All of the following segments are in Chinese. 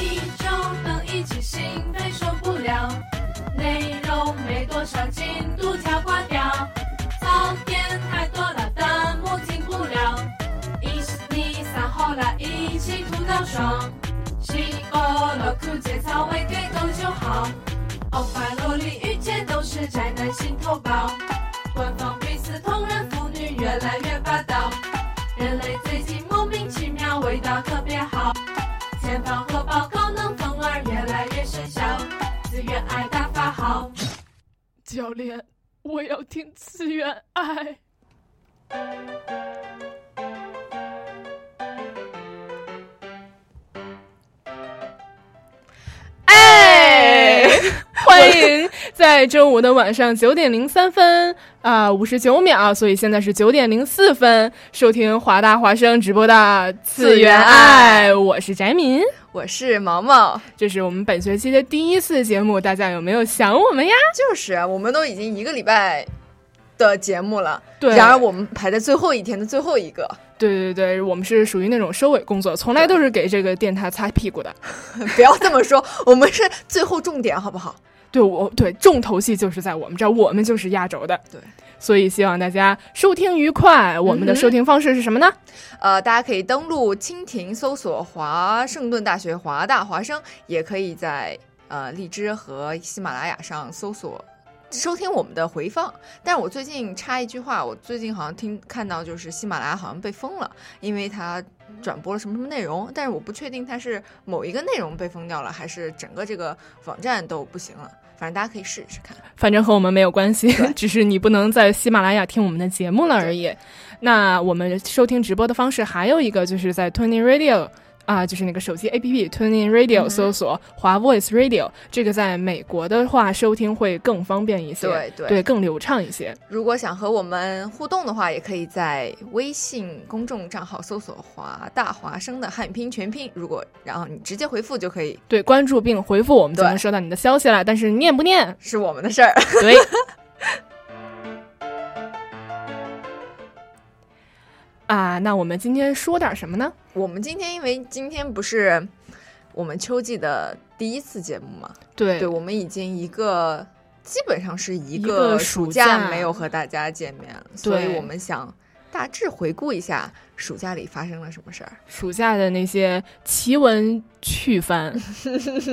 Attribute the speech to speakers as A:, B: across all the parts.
A: 一周能一起兴奋受不了，内容没多少进度条挂掉，槽点太多了弹幕进不了，一起你撒后来一起吐到爽，西欧了酷节操喂给狗就好，欧巴萝莉御姐都是宅男心头宝，官方彼此同人腐女越来越霸道，人类最近莫名其妙味道特别好。前方和报高能风儿越来越生效，自愿爱大发好。
B: 教练，我要听次元爱。
C: 哎，欢迎在周五的晚上九点零三分啊五十九秒，所以现在是九点零四分，收听华大华生直播的次元爱，我是翟敏，
D: 我是毛毛，
C: 这是我们本学期的第一次节目，大家有没有想我们呀？
D: 就是啊，我们都已经一个礼拜的节目了，
C: 对
D: 然而我们排在最后一天的最后一个，
C: 对对对，我们是属于那种收尾工作，从来都是给这个电台擦屁股的。
D: 不要这么说，我们是最后重点，好不好？
C: 对我对重头戏就是在我们这儿，我们就是压轴的。
D: 对，嗯
C: 所以希望大家收听愉快。我们的收听方式是什么呢？
D: 呃，大家可以登录蜻蜓搜索华盛顿大学华大华生，也可以在呃荔枝和喜马拉雅上搜索。收听我们的回放，但是我最近插一句话，我最近好像听看到就是喜马拉雅好像被封了，因为它转播了什么什么内容，但是我不确定它是某一个内容被封掉了，还是整个这个网站都不行了，反正大家可以试试看。
C: 反正和我们没有关系， 只是你不能在喜马拉雅听我们的节目了而已。那我们收听直播的方式还有一个，就是在 Tuning Radio。啊，就是那个手机 APP Tuning
D: 嗯
C: Radio 搜索华 Voice Radio，、这个在美国的话收听会更方便一些，
D: 对对
C: 更流畅一些。
D: 如果想和我们互动的话，也可以在微信公众账号搜索“华大华生”的汉语拼音全拼，如果然后你直接回复就可以，
C: 对，关注并回复我们就
D: 对
C: 能收到你的消息了。但是念不念？
D: 是我们的事儿。
C: 对。啊，那我们今天说点什么呢？
D: 我们今天因为今天不是我们秋季的第一次节目嘛，
C: 对
D: 对，我们已经一个基本上是一
C: 一
D: 个
C: 个
D: 暑
C: 暑
D: 假
C: 假
D: 没有和大家见面，所以
C: 对
D: 我们想大致回顾一下暑假里发生了什么事儿。
C: 暑假的那些奇闻趣番，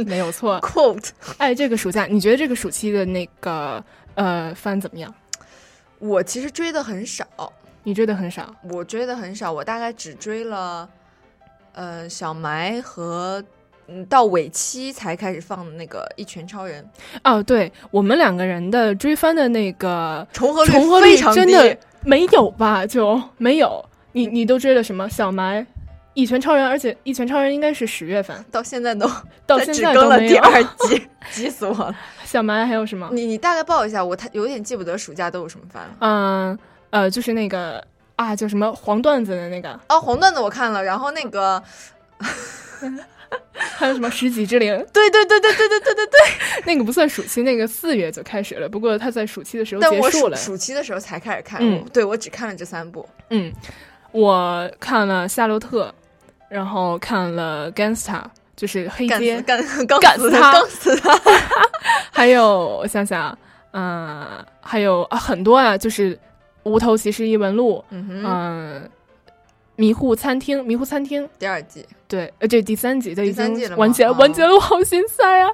C: 没有错。
D: Quote：
C: 哎，这个暑假，你觉得这个暑期的那个呃番怎么样？
D: 我其实追的很少，
C: 你追的很少，
D: 我追的很少，我大概只追了，呃，小埋和嗯到尾期才开始放的那个《一拳超人》，
C: 哦，对我们两个人的追番的那个
D: 重合率
C: 重合
D: 非
C: 率
D: 常
C: 真
D: 低。
C: 的没有吧？就没有。你你都追了什么？小埋、一拳超人，而且一拳超人应该是十月份，
D: 到现在都
C: 到
D: 它
C: 现
D: 只
C: 在
D: 更
C: 都
D: 了
C: 没
D: 第
C: 有。
D: 二集，急死我了！
C: 小埋还有什么？
D: 你你大概报一下，我他有点记不得暑假都有什么番了。
C: 嗯呃，就是那个啊，叫什么黄段子的那个，
D: 哦，红段子我看了，然后那个，
C: 还有什么十几之灵，
D: 对对对对对对对对 对，
C: 那个不算暑期，那个四月就开始了。不过它在暑期的时候
D: 但
C: 结
D: 我
C: 束
D: 暑
C: 了。
D: 暑期的时候才开始看，
C: 嗯
D: 我对我只看了这三部。
C: 嗯，我看了《夏洛特》，然后看了《Gangsta》，就是黑
D: 干
C: 街
D: 死，干 干
C: 干
D: 死
C: 死他
D: 干死他！
C: 还有我想想啊，嗯，还有啊很多啊，就是《无头骑士异闻录》
D: 嗯哼，
C: 嗯，迷糊餐厅》，《迷糊餐厅》
D: 第二季
C: 对，呃，这第三集就已
D: 第三季
C: 经
D: 了吗
C: 完结
D: 哦
C: 完结了，我好心塞啊。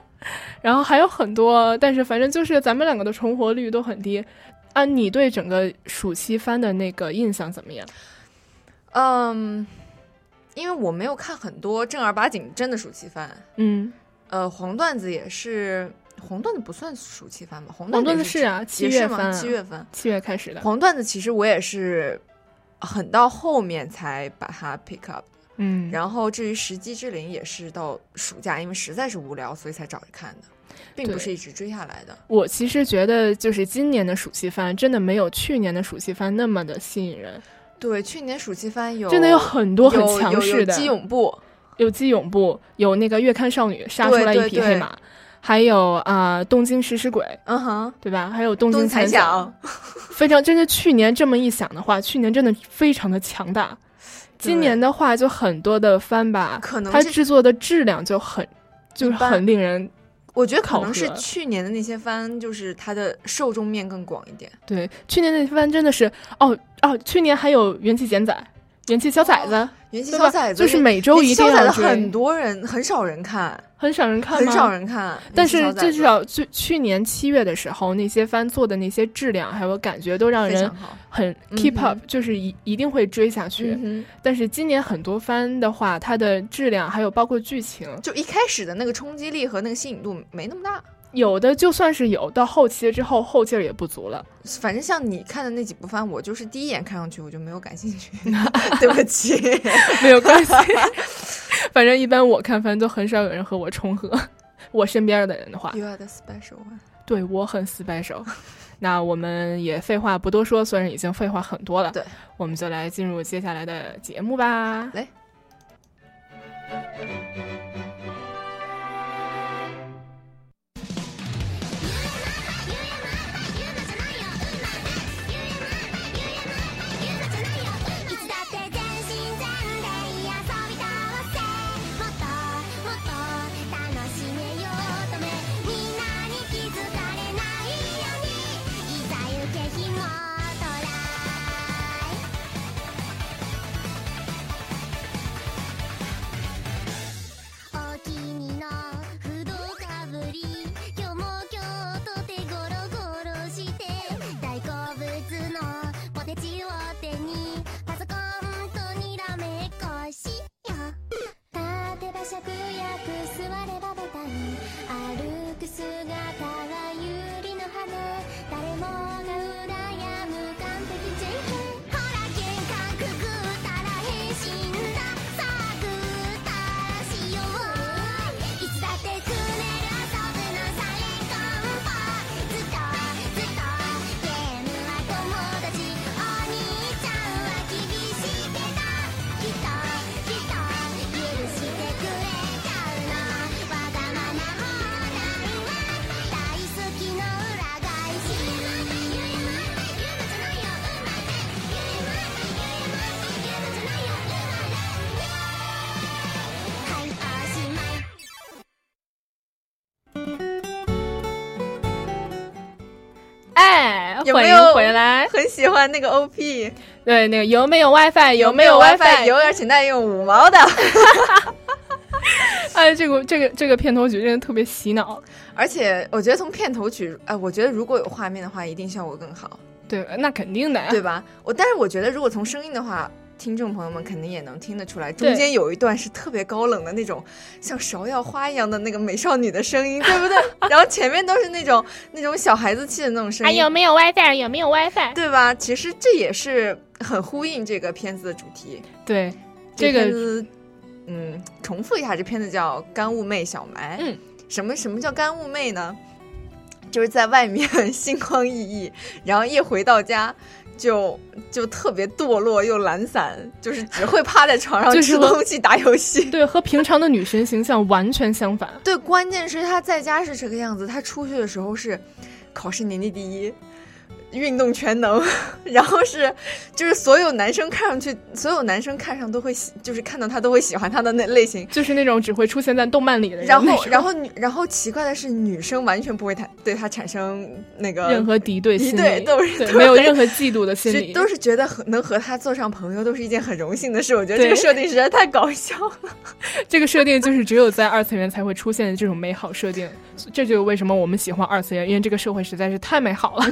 C: 然后还有很多，但是反正就是咱们两个的重活率都很低。啊，你对整个暑期番的那个印象怎么样？
D: 嗯，因为我没有看很多正儿八经真的暑期番，
C: 嗯，
D: 呃，黄段子也是，黄段子不算暑期番吧？黄
C: 黄
D: 段
C: 段
D: 子
C: 子
D: 是
C: 是啊，七月份
D: 吗？
C: 啊，
D: 七月份，
C: 七月开始的。
D: 黄段子其实我也是很到后面才把它 pick up，
C: 嗯，
D: 然后至于《时机之灵》也是到暑假，因为实在是无聊，所以才找着看的，并不
C: 对
D: 是一直追下来的。
C: 我其实觉得就是今年的暑期番真的没有去年的暑期番那么的吸引人，
D: 对，去年暑期番有
C: 真的有很多很
D: 有
C: 强
D: 有有
C: 势的，
D: 基永部，
C: 有基永部，有那个月刊少女杀出
D: 对
C: 来
D: 对
C: 一匹黑
D: 对
C: 马，还有啊、呃东京食尸鬼，
D: 嗯哼，
C: 对吧？还有东
D: 东
C: 京
D: 京残
C: 响，
D: 响，
C: 非常真是去年这么一想的话，去年真的非常的强大。今年的话，就很多的番吧，
D: 可能
C: 它
D: 这
C: 制作的质量就很，就是
D: 一般
C: 很令人
D: 我觉得可
C: 考
D: 能是
C: 核
D: 去年的那些番，就是它的受众面更广一点。
C: 对。去年那番真的是，哦哦，去年还有元气剪仔、元气小崽子，
D: 哦元气
C: 对
D: 小
C: 吧
D: 崽子
C: 就是每周一定
D: 小崽
C: 要
D: 子
C: 追
D: 很多人很少 人看，
C: 很少人看
D: 很
C: 吗？
D: 少人看，
C: 但
D: 元
C: 是
D: 气小崽
C: 最
D: 子
C: 至少去去年七月的时候，那些番做的那些质量还有感觉，都让
D: 非
C: 人
D: 常好。
C: 很
D: 嗯
C: keep
D: 哼
C: up，、就是一一定会追下去。
D: 嗯哼，
C: 但是今年很多番的话，它的质量还有包括剧情，
D: 就一开始的那个冲击力和那个吸引度没那么大。
C: 有的就算是有，到后期之后后劲儿也不足了。
D: 反正像你看的那几部番，我就是第一眼看上去我就没有感兴 趣， 对不起。
C: 没有关系， 反正一般我看番都很少有人和我重合。我身边的人的话，
D: You are the special one。
C: 对我很死白手。那我们也废话不多说，虽然已经废话很多了，
D: 对，
C: 我们就来进入接下来的节目吧。
D: 嘞有
C: 欢
D: 没
C: 迎
D: 有
C: 回来。
D: 很喜欢那个 OP，
C: 对，那个有没有 WiFi？有
D: 没
C: 有
D: WiFi？有而且那用五毛的，
C: 哎，这个这个这个片头曲真的特别洗脑。
D: 而且我觉得从片头曲，哎、我觉得如果有画面的话，一定效果更好，
C: 对，那肯定的呀。
D: 对吧？我但是我觉得如果从声音的话。听众朋友们肯定也能听得出来，
C: 对
D: 中间有一段是特别高冷的那种，像芍药花一样的那个美少女的声音，对不 对？然后前面都是那种那种小孩子气的那种声音，
C: 没啊有 WiFi？有没有 WiFi？
D: 对吧？其实这也是很呼应这个片子的主题。
C: 对，这个
D: 片子，嗯，重复一下，这片子叫《干物妹小埋》。
C: 嗯，
D: 什么什么叫干物妹呢？就是在外面星光熠熠，然后一回到家就就特别堕落又懒散，就是只会趴在床上
C: 就是
D: 吃
C: 和
D: 东西、打游戏。
C: 对和平常的女神形象完全相反。
D: 对，关键是她在家是这个样子，她出去的时候是考试年级第一，运动全能， 然后是就是所有男生看上去，所有男生看上都会喜，就是看到她都会喜欢她的那类型。
C: 就是那种只会出现在动漫里的人，
D: 然
C: 那
D: 后，
C: 时候
D: 然后女，然后奇怪的是，女生完全不会谈对她产生那个
C: 任何敌对
D: 敌
C: 心理，
D: 对都是
C: 对
D: 都
C: 没有
D: 是
C: 任何嫉妒的心
D: 是
C: 理，
D: 都是觉得和能和她做上朋友都是一件很荣幸的事。我觉得这
C: 对
D: 个设定实在太搞笑了。
C: 这个设定就是只有在二次元才会出现的这种美好设定，这就是为什么我们喜欢二次元，因为这个社会实在是太美好了。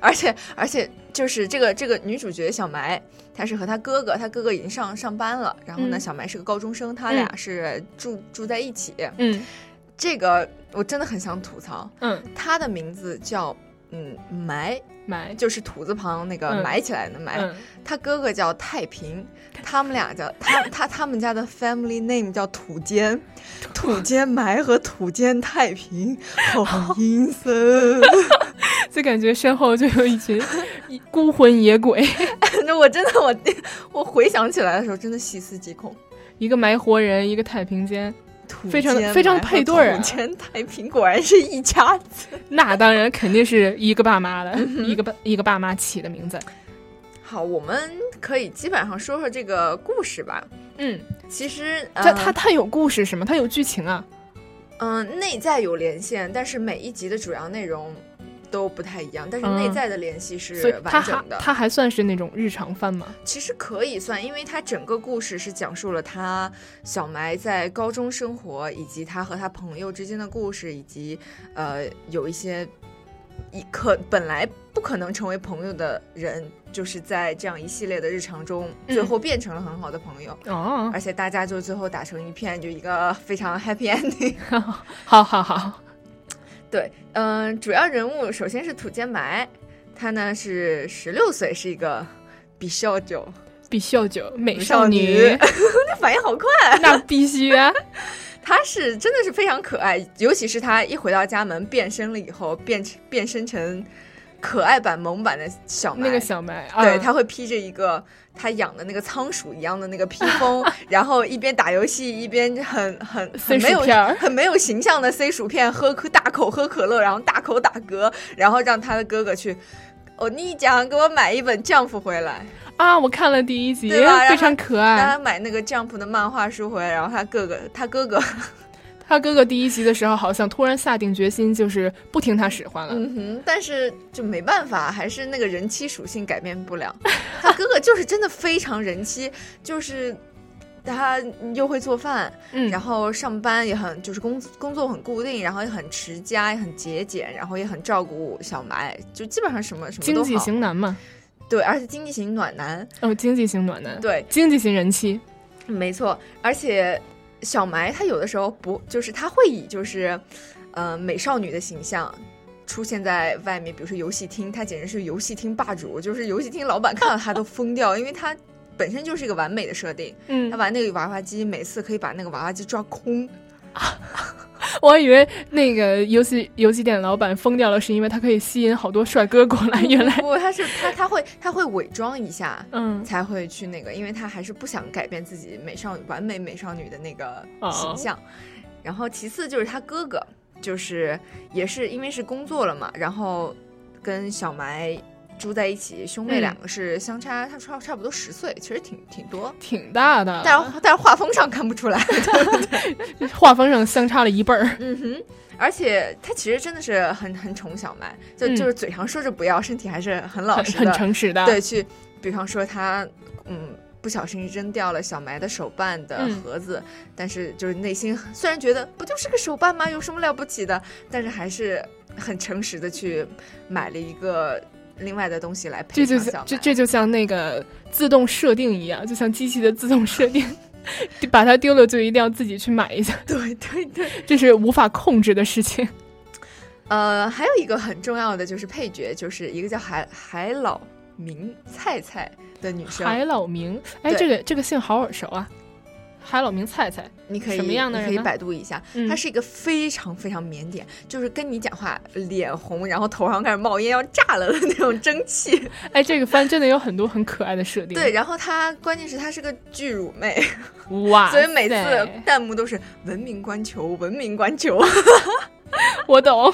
D: 而且而且就是这个这个女主角小埋，她是和她哥哥，她哥哥已经上上班了，然后呢，
C: 嗯
D: 小埋是个高中生，他俩是住、住在一起。
C: 嗯
D: 这个我真的很想吐槽，
C: 嗯，
D: 她的名字叫嗯埋，
C: 买
D: 就是土字旁那个
C: 嗯
D: 埋起来的埋。
C: 嗯
D: 她哥哥叫太平，他们俩叫他他他们家的 family name 叫土 间，土间埋和土间太平，好阴森。
C: 就感觉身后就有一 群一孤魂野鬼，
D: 那 我真的我我回想起来的时候，真的细思极恐。
C: 一个埋活人，一个太平间，
D: 土
C: 非常
D: 间
C: 非常
D: 埋和
C: 配对儿啊
D: 土间太平果然是一家子。
C: 那当然肯定是一个爸妈的，
D: 嗯
C: 一个爸一个爸妈起的名字。
D: 好，我们可以基本上说说这个故事吧。
C: 嗯，
D: 其实，
C: 它
D: 呃
C: 它它有故事是吗？它有剧情啊？
D: 嗯、内在有连线，但是每一集的主要内容都不太一样，但是
C: 嗯
D: 内在的联系
C: 所以
D: 是
C: 它
D: 完
C: 还
D: 整的。
C: 它还算是那种日常番吗？
D: 其实可以算，因为它整个故事是讲述了他小埋在高中生活，以及他和他朋友之间的故事，以及呃有一些一可本来不可能成为朋友的人，就是在这样一系列的日常中，
C: 嗯
D: 最后变成了很好的朋友，
C: 哦，
D: 而且大家就最后打成一片，就一个非常 happy ending。
C: 好好好，
D: 对，嗯、主要人物首先是土间埋，他呢是十六岁，是一个比少九，
C: 必秀九美
D: 少
C: 少
D: 女哎
C: 女，
D: 那反应好快。
C: 那必须 啊！
D: 她是真的是非常可爱，尤其是她一回到家门变身了以后，变成变身成可爱版萌版的小麦。
C: 那个小麦，啊
D: 对，她会披着一个她养的那个仓鼠一样的那个披风， 然后一边打游戏一边很很很
C: 塞薯
D: 没有
C: 片儿
D: 很没有形象的塞薯片，喝可大口喝可乐，然后大口打嗝，然后让她的哥哥去。哦，你讲给我买一本《Jump》回来，
C: 啊，我看了第一集，
D: 对吧然后
C: 非常可
D: 让
C: 爱
D: 他。买那个《Jump》的漫画书回来，然后他哥哥，他哥哥，
C: 他哥哥第一集的时候，好像突然下定决心，就是不听他使唤了。
D: 嗯哼，但是就没办法，还是那个人妻属性改变不了。他哥哥就是真的非常人妻，就是他又会做饭，
C: 嗯
D: 然后上班也很就是工工作很固定，然后也很持家，也很节俭，然后也很照顾小埋，就基本上什么什么
C: 经
D: 都
C: 济
D: 好。
C: 型男嘛，
D: 对，而且经济型暖男，
C: 哦，经济型暖男，，
D: 对，
C: 经济型人妻，
D: 嗯没错，而且小埋她有的时候不就是她会以就是，呃美少女的形象出现在外面，比如说游戏厅，她简直是游戏厅霸主，就是游戏厅老板看到她都疯掉，因为她本身就是一个完美的设定，
C: 嗯
D: 她，玩那个娃娃机，每次可以把那个娃娃机抓空，
C: 我还以为那个游戏游戏店老板疯掉了，是因为他可以吸引好多帅哥过
D: 嗯
C: 来。啊原来，
D: 不，她是她她会她会伪装一下。
C: 嗯，
D: 才会去那个，因为她还是不想改变自己美少女完美美少女的那个
C: 哦
D: 形象。然后其次就是她哥哥，就是也是因为是工作了嘛，然后跟小埋住在一起，兄
C: 嗯
D: 妹两个是相差，他们差差不多十岁，其实挺挺多，
C: 挺大的，
D: 但是但是画风上看不出来。
C: 画风上相差了一辈儿。
D: 嗯哼，而且他其实真的是很很宠小蛮，就、
C: 嗯
D: 就是嘴上说着不要，身体还是很老
C: 很
D: 实的，
C: 很诚实的，
D: 对，去比方说他嗯不小心扔掉了小埋的手办的
C: 嗯
D: 盒子，但是就是内心虽然觉得不就是个手办吗，有什么了不起的，但是还是很诚实的去买了一个另外的东西来赔
C: 这就
D: 偿
C: 像
D: 小
C: 这
D: 埋。
C: 这就像那个自动设定一样，就像机器的自动设定， 把它丢了就一定要自己去买一下，
D: 对对对，
C: 这是无法控制的事情。
D: 呃，还有一个很重要的就是配角，就是一个叫海海老明菜菜的女
C: 海
D: 生，
C: 老明，哎，
D: 啊对
C: 这个这个姓好耳熟啊，海老明菜菜，
D: 你可以
C: 什么样的
D: 你
C: 人
D: 可以
C: 呢
D: 百度一下，
C: 嗯
D: 她是一个非常非常腼腆，就是跟你讲话脸红，然后头上开始冒烟要炸了的那种蒸 汽。
C: 哎，这个番真的有很多很可爱的设定，
D: 对，，然后她关键是她是个巨乳妹，
C: 哇塞，
D: 所以每次弹幕都是文明观球，文明观球，
C: 我懂，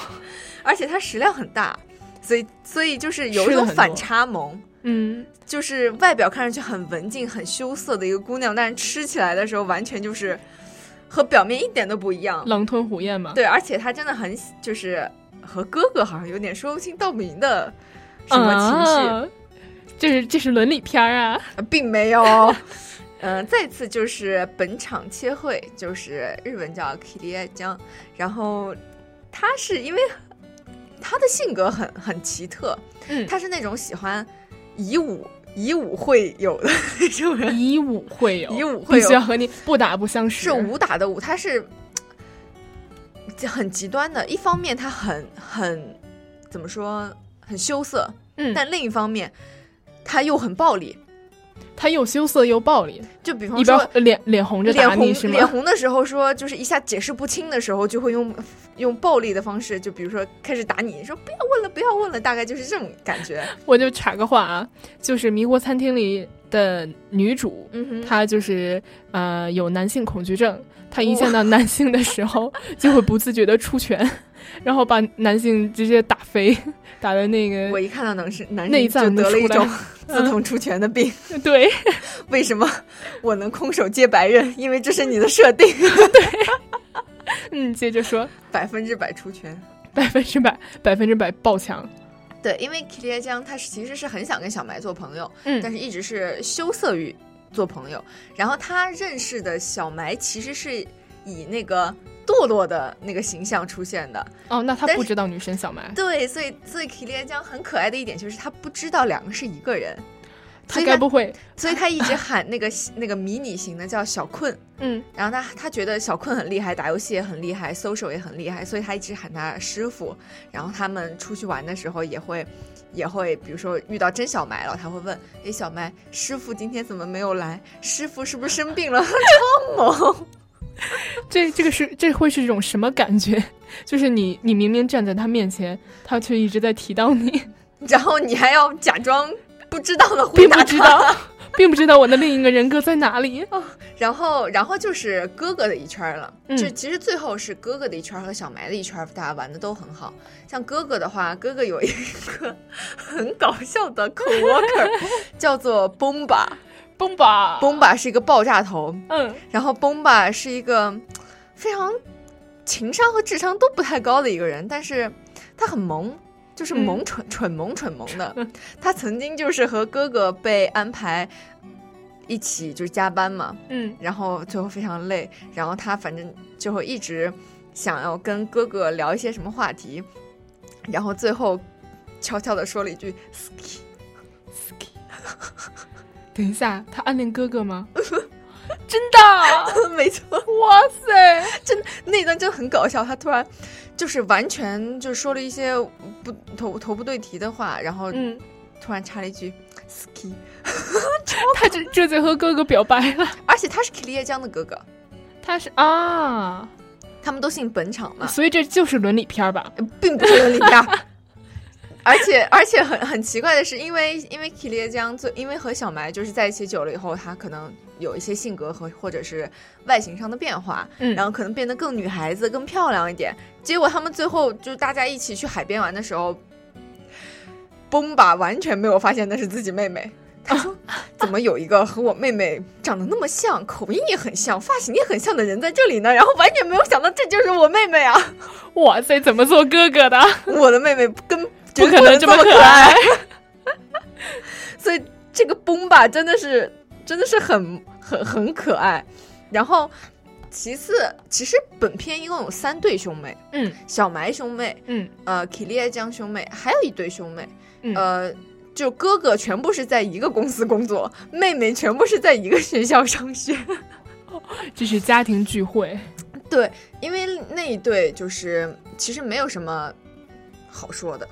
D: 而且她食量很大，所以所以就是有一
C: 吃了
D: 种
C: 很多
D: 反差萌。
C: 嗯，
D: 就是外表看上去很文静、很羞涩的一个姑娘，但是吃起来的时候完全就是和表面一点都不一样。
C: 狼吞虎咽嘛，
D: 对，而且他真的很喜就是和哥哥好像有点说不清道不明的什么情
C: 啊这是这是伦理片儿啊，
D: 绪，呃并没有。嗯、再次就是本场切会，就是日文叫 Kiri 江，然后他是因为他的性格很很奇特，
C: 嗯
D: 他是那种喜欢以武以武会友的那种人，
C: 以武会友，
D: 以武会
C: 必
D: 友
C: 须要和你不打不相识，
D: 是武打的武，他是嘖很极端的。一方面他很很怎么说，很羞涩，
C: 嗯，
D: 但另一方面他又很暴力。
C: 他又羞涩又暴力，
D: 就比方
C: 一边
D: 说。
C: 脸脸红着
D: 脸
C: 打
D: 红
C: 你是吗
D: 脸？红的时候说，就是一下解释不清的时候，就会用用暴力的方式，就比如说开始打你，说不要问了，不要问了，大概就是这种感觉。
C: 我就插个话啊，就是《迷国餐厅》里的女主，
D: 嗯哼，
C: 她就是呃有男性恐惧症，她一见到男性的时候就会不自觉的出拳，然后把男性直接打飞， 打的那
D: 我
C: 个
D: 一看到男生男
C: 内
D: 人就
C: 脏
D: 得了
C: 出
D: 一
C: 来
D: 种 自动出拳的病。
C: 对，
D: 为什么我能空手接白刃？因为这是你的设定，
C: 嗯，接着说
D: 百分之百出拳。
C: 百分之百百分之百爆强，
D: 对，因为 k i r i 江他是其实是很想跟小埋做朋友，
C: 嗯
D: 但是一直是羞涩于做朋友。然后他认识的小埋其实是以那个堕落的那个形象出现的。
C: 哦，那她
D: 但
C: 不
D: 是
C: 知道女神小埋，
D: 对，所以所以 k i r i 江很可爱的一点就是他不知道两个是一个人，
C: 她
D: 所以
C: 该不会
D: 所以他一直喊那个 那个迷你型的叫小困。
C: 嗯
D: 然后他他觉得小困很厉害，打游戏也很厉害，social 也很厉害，所以他一直喊他师傅。然后他们出去玩的时候也会，也会，比如说遇到真小麦了，他会问：“哎，小麦师傅今天怎么没有来？师傅是不是生病了？” 超萌。
C: 这这个是这会是一种什么感觉？ 就是你你明明站在她面前，她却一直在提到你。
D: 然后你还要假装不知道的回
C: 并
D: 答
C: 不
D: 他
C: 知道， 并不知道我的另一个人格在哪里。
D: 然后，然后就是哥哥的一圈儿了。
C: 嗯
D: 就其实最后是哥哥的一圈儿和小埋的一圈儿，大家玩的都很好。像哥哥的话，哥哥有一个很搞笑的 coworker，叫做 Bomba，Bomba
C: 蹦吧，，
D: 是一个爆炸头，
C: 嗯，
D: 然后 Bomba 是一个嗯非常情商和智商都不太高的一个人，但是他很萌。就是
C: 嗯
D: 萌蠢、蠢萌蠢萌 的，他曾经就是和哥哥被安排一起就是加班嘛，
C: 嗯，
D: 然后最后非常累，然后他反正就会一直想要跟哥哥聊一些什么话题，然后最后悄悄的说了一句 “ski”，
C: 等一下，他暗恋哥哥 吗？真的，
D: 没错，
C: 哇塞，
D: 那段真的很搞笑。他突然就是完全就说了一些不头头不对题的话，然后
C: 嗯，
D: 突然插了一句 “ski”，
C: 他这这就和哥哥表白了。
D: 而且他是 k i l i a 江的哥哥，
C: 他是啊，
D: 他们都姓本场嘛，
C: 所以这就是伦理片儿吧？
D: 并不是伦理片儿。而且而且很很奇怪的是，因为因为 k i l i 江最因为和小埋就是在一起久了以后，他可能有一些性格和或者是外形上的变化，
C: 嗯
D: 然后可能变得更女孩子、更漂亮一点。结果他们最后就大家一起去海边玩的时候，崩吧完全没有发现那是自己妹妹。他说：“怎么有一个和我妹妹长得那么像，口音也很像，发型也很像的人在这里呢？然后完全没有想到这就是我妹妹啊！
C: 哇塞，怎么做哥哥的？
D: 我的妹妹跟
C: 不可能
D: 这
C: 这么
D: 可
C: 可爱。
D: 所以这个崩吧真的是真的是很很很可爱。然后其次，其实本片一共有三对兄妹，
C: 嗯
D: 小埋兄妹，
C: 嗯
D: 呃，k i l i a 江兄妹，还有一对兄妹，
C: 嗯
D: 呃。就哥哥全部是在一个公司工作，妹妹全部是在一个学校上 学。
C: 这是家庭聚会，
D: 对，因为那一对就是其实没有什么好说的，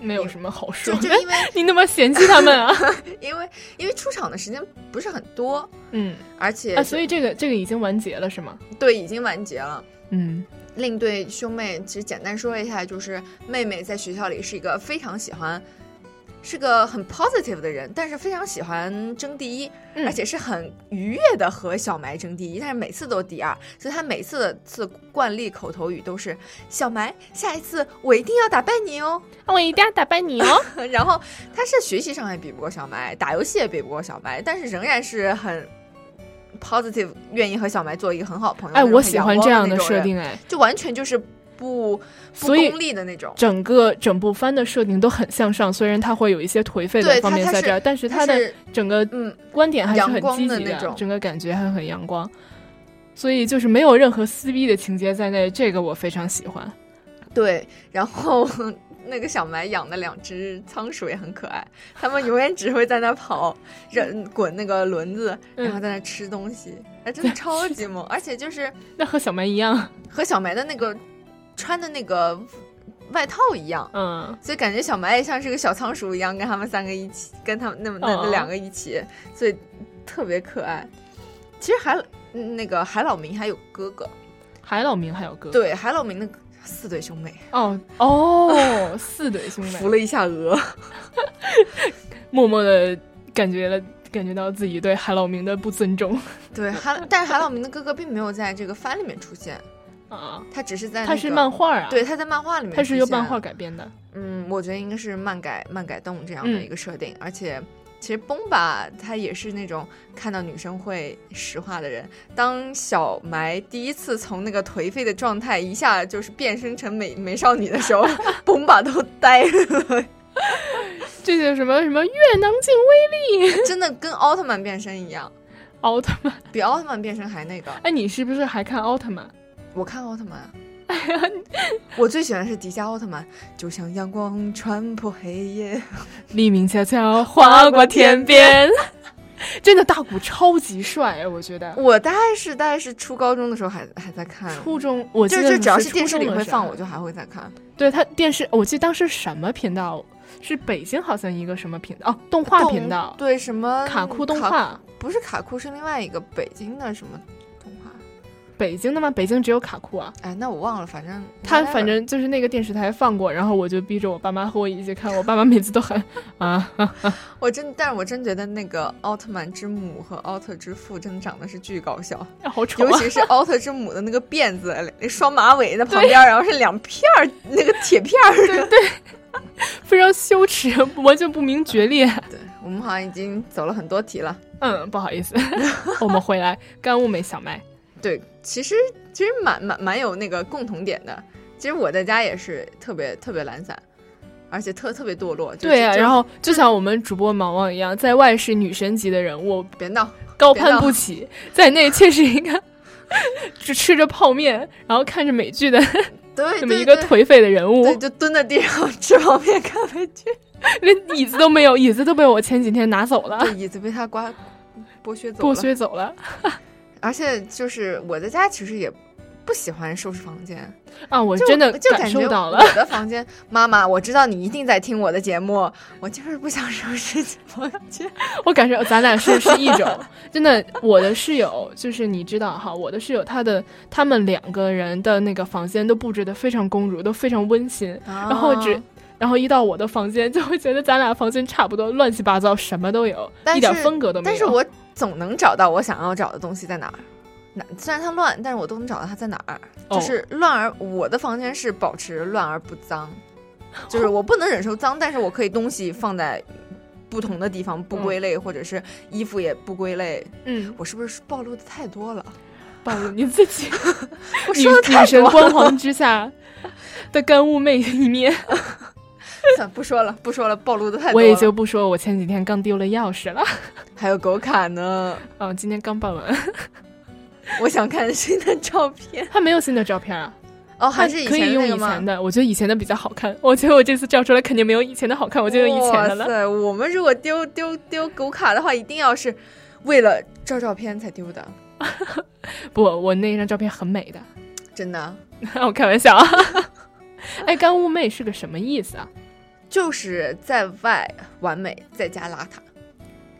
C: 没有什么好说
D: 就就
C: 的。
D: 因为
C: 你那么嫌弃他们啊？
D: 因为因为出场的时间不是很多，
C: 嗯
D: 而且
C: 啊，所以这个这个已经完结了是吗？
D: 对已经完结了。
C: 嗯
D: 另一对兄妹，其实简单说一下，就是妹妹在学校里是一个非常喜欢，是个很 positive 的人，但是非常喜欢争第一，
C: 嗯
D: 而且是很愉悦的和小埋争第一，但是每次都第二，所以她每次的次惯例口头语都是“小埋，下一次我一定要打败你哦”。
C: 我一定要打败你哦！
D: 然后他是学习上也比不过小埋，打游戏也比不过小埋，但是仍然是很 positive，愿意和小埋做一个很好朋友。
C: 哎，
D: 那种
C: 我
D: 很
C: 喜
D: 阳
C: 欢
D: 光
C: 这样
D: 的
C: 的
D: 那种
C: 设
D: 人，
C: 定，哎，
D: 就完全就是不不
C: 所以
D: 功利的那种。
C: 整个整部番的设定都很向上，虽然它会有一些颓废的
D: 对
C: 方
D: 它
C: 面
D: 它
C: 在
D: 是
C: 这儿，但是
D: 它
C: 它的
D: 是
C: 整个
D: 嗯，
C: 观点还是
D: 阳
C: 很
D: 光
C: 积
D: 的
C: 极
D: 那种
C: 整个感觉还很阳光，所以就是没有任何撕逼的情节在内，这个我非常喜欢。
D: 对。然后 那个小埋养的两只仓鼠也很可爱，它们永远只会在那跑，扔滚那个轮子，然
C: 嗯
D: 后在那吃东西，哎，真的超级萌，而且就是。
C: 那和小蛮一样，
D: 和小埋的那个穿的那个外套一样，
C: 嗯，
D: 所以感觉小埋也像是个小仓鼠一样，跟他们三个一起，跟他们那么那
C: 哦
D: 那两个一起，所以特别可爱。其实海嗯那个海老明还有哥哥，
C: 海老明还有哥哥，
D: 对海老明的四对兄妹，
C: 哦 哦，四对兄妹
D: 扶，了一下额，
C: 默默的感觉了，感觉到自己对海老明的不尊重
D: 对海，但是海老明的哥哥并没有在这个番里面出现，
C: 啊。
D: 他只是在、那个、
C: 它是漫画啊，
D: 对，，他在漫画里面，
C: 它是由漫画，改编的，
D: 嗯，我觉得应该是漫改漫改动这样的
C: 嗯
D: 一个设定，而且其实崩吧，他也是那种看到女生会石化的人。当小埋第一次从那个颓废的状态一下就是变身成美美少女的 时候，崩吧都呆了，
C: 这叫什么什么越能进威
D: 真的跟奥特曼变身一样，
C: 奥特曼。
D: 比奥特曼变身还那个。
C: 哎，你是不是还看奥特曼？
D: 我看奥特 曼。我最喜欢的是迪迦奥特曼，就像阳光穿破黑夜。
C: 黎明悄悄划过天边。 真的，大谷超级帅，啊我觉得。
D: 我大概是大概是初高中的时候还还在看，
C: 初中，我记
D: 就
C: 得
D: 就只要
C: 是
D: 是电视里
C: 初中
D: 会
C: 的时候
D: 放，我就还会再看。
C: 对他电视，我记得当时什么频道？是北京好像一个什么频道？哦，动画
D: 动
C: 频道，
D: 对什么
C: 卡酷动
D: 卡
C: 画。
D: 不是卡酷，是另外一个北京的什么动画？
C: 北京的吗？北京只有卡酷啊。
D: 哎，那我忘了，反正
C: 他
D: whatever
C: 反正就是那个电视台放过，然后我就逼着我爸妈和我一起看，我爸妈每次都很 啊，
D: 我真，但是我真觉得那个奥特曼之母和奥特之父真的长得是巨搞笑，
C: 好丑
D: 尤
C: 啊！
D: 其是奥特之母的那个辫子，那双马尾在旁边，然后是两片儿那个铁片儿。对，
C: 非常羞耻，完全不明觉 厉。
D: 我们好像已经走了很多题了。
C: 嗯，不好意思，我们回来干物美小麦。
D: 对，其实其实蛮蛮蛮有那个共同点的。其实我在家也是特别特别懒散，而且特特别堕落。就
C: 对
D: 就
C: 啊，
D: 就
C: 然后就像我们主播毛毛一样，在外是女神级的人物，
D: 别闹，
C: 高攀不起； 在内却是一个 只吃着泡面，然后看着美剧的
D: 对
C: 这么一个
D: 对
C: 颓废的人物
D: 对，，就蹲在地上吃泡面看美剧，
C: 连椅子都没有，椅子都被我前几天拿 走了
D: 对，，椅子被他刮剥削走
C: 啊剥
D: 了。
C: 削走了
D: 而且就是我在家其实也不喜欢收拾房间，
C: 啊！我
D: 就
C: 真的
D: 就
C: 感
D: 感觉
C: 受到了，
D: 我的房间，妈妈，我知道你一定在听我的节目，我就是不想收拾房间。
C: 我感受咱俩是是一种，真的，我的室友就是你知道哈，我的室友他的他们两个人的那个房间都布置的非常公主，都非常温馨，
D: 啊
C: 然后只。然后一到我的房间，就会觉得咱俩房间差不多，乱七八糟，什么都有，
D: 但
C: 一点
D: 是
C: 风格都没有。
D: 但是我嗯总能找到我想要找的东西在哪儿。哪虽然它乱，但是我都能找到它在哪儿。
C: 哦
D: 就是乱而我的房间是保持乱而不脏，就是我不能忍受脏，但是我可以东西放在不同的地方不归类，或者是衣服也不归类。
C: 嗯，
D: 我是不是暴露的太多了？
C: 暴露你自己，
D: 我
C: 女
D: 说的太
C: 女神
D: 多
C: 光
D: 了，
C: 环之 下的干物妹一面，
D: 算不说了，不说了，暴露的太多
C: 我
D: 了。
C: 也就不说我前几天刚丢了钥匙了，
D: 还有狗卡呢，
C: 哦，今天刚办完，
D: 我想看新的照片。
C: 他没有新的照片啊，
D: 哦，还是以
C: 可以
D: 前
C: 用
D: 那个
C: 以
D: 吗
C: 前？的，我觉得以前的比较好看。我觉得我这次照出来肯定没有以前的好看，我就用以前的
D: 哇
C: 了。
D: 塞，我们如果丢丢丢狗卡的话，一定要是为了照照片才丢的，
C: 不，我那张照片很美的，
D: 真的。
C: 我开玩笑啊。 哎，干物妹是个什么意思啊？
D: 就是在外完美，在家邋遢。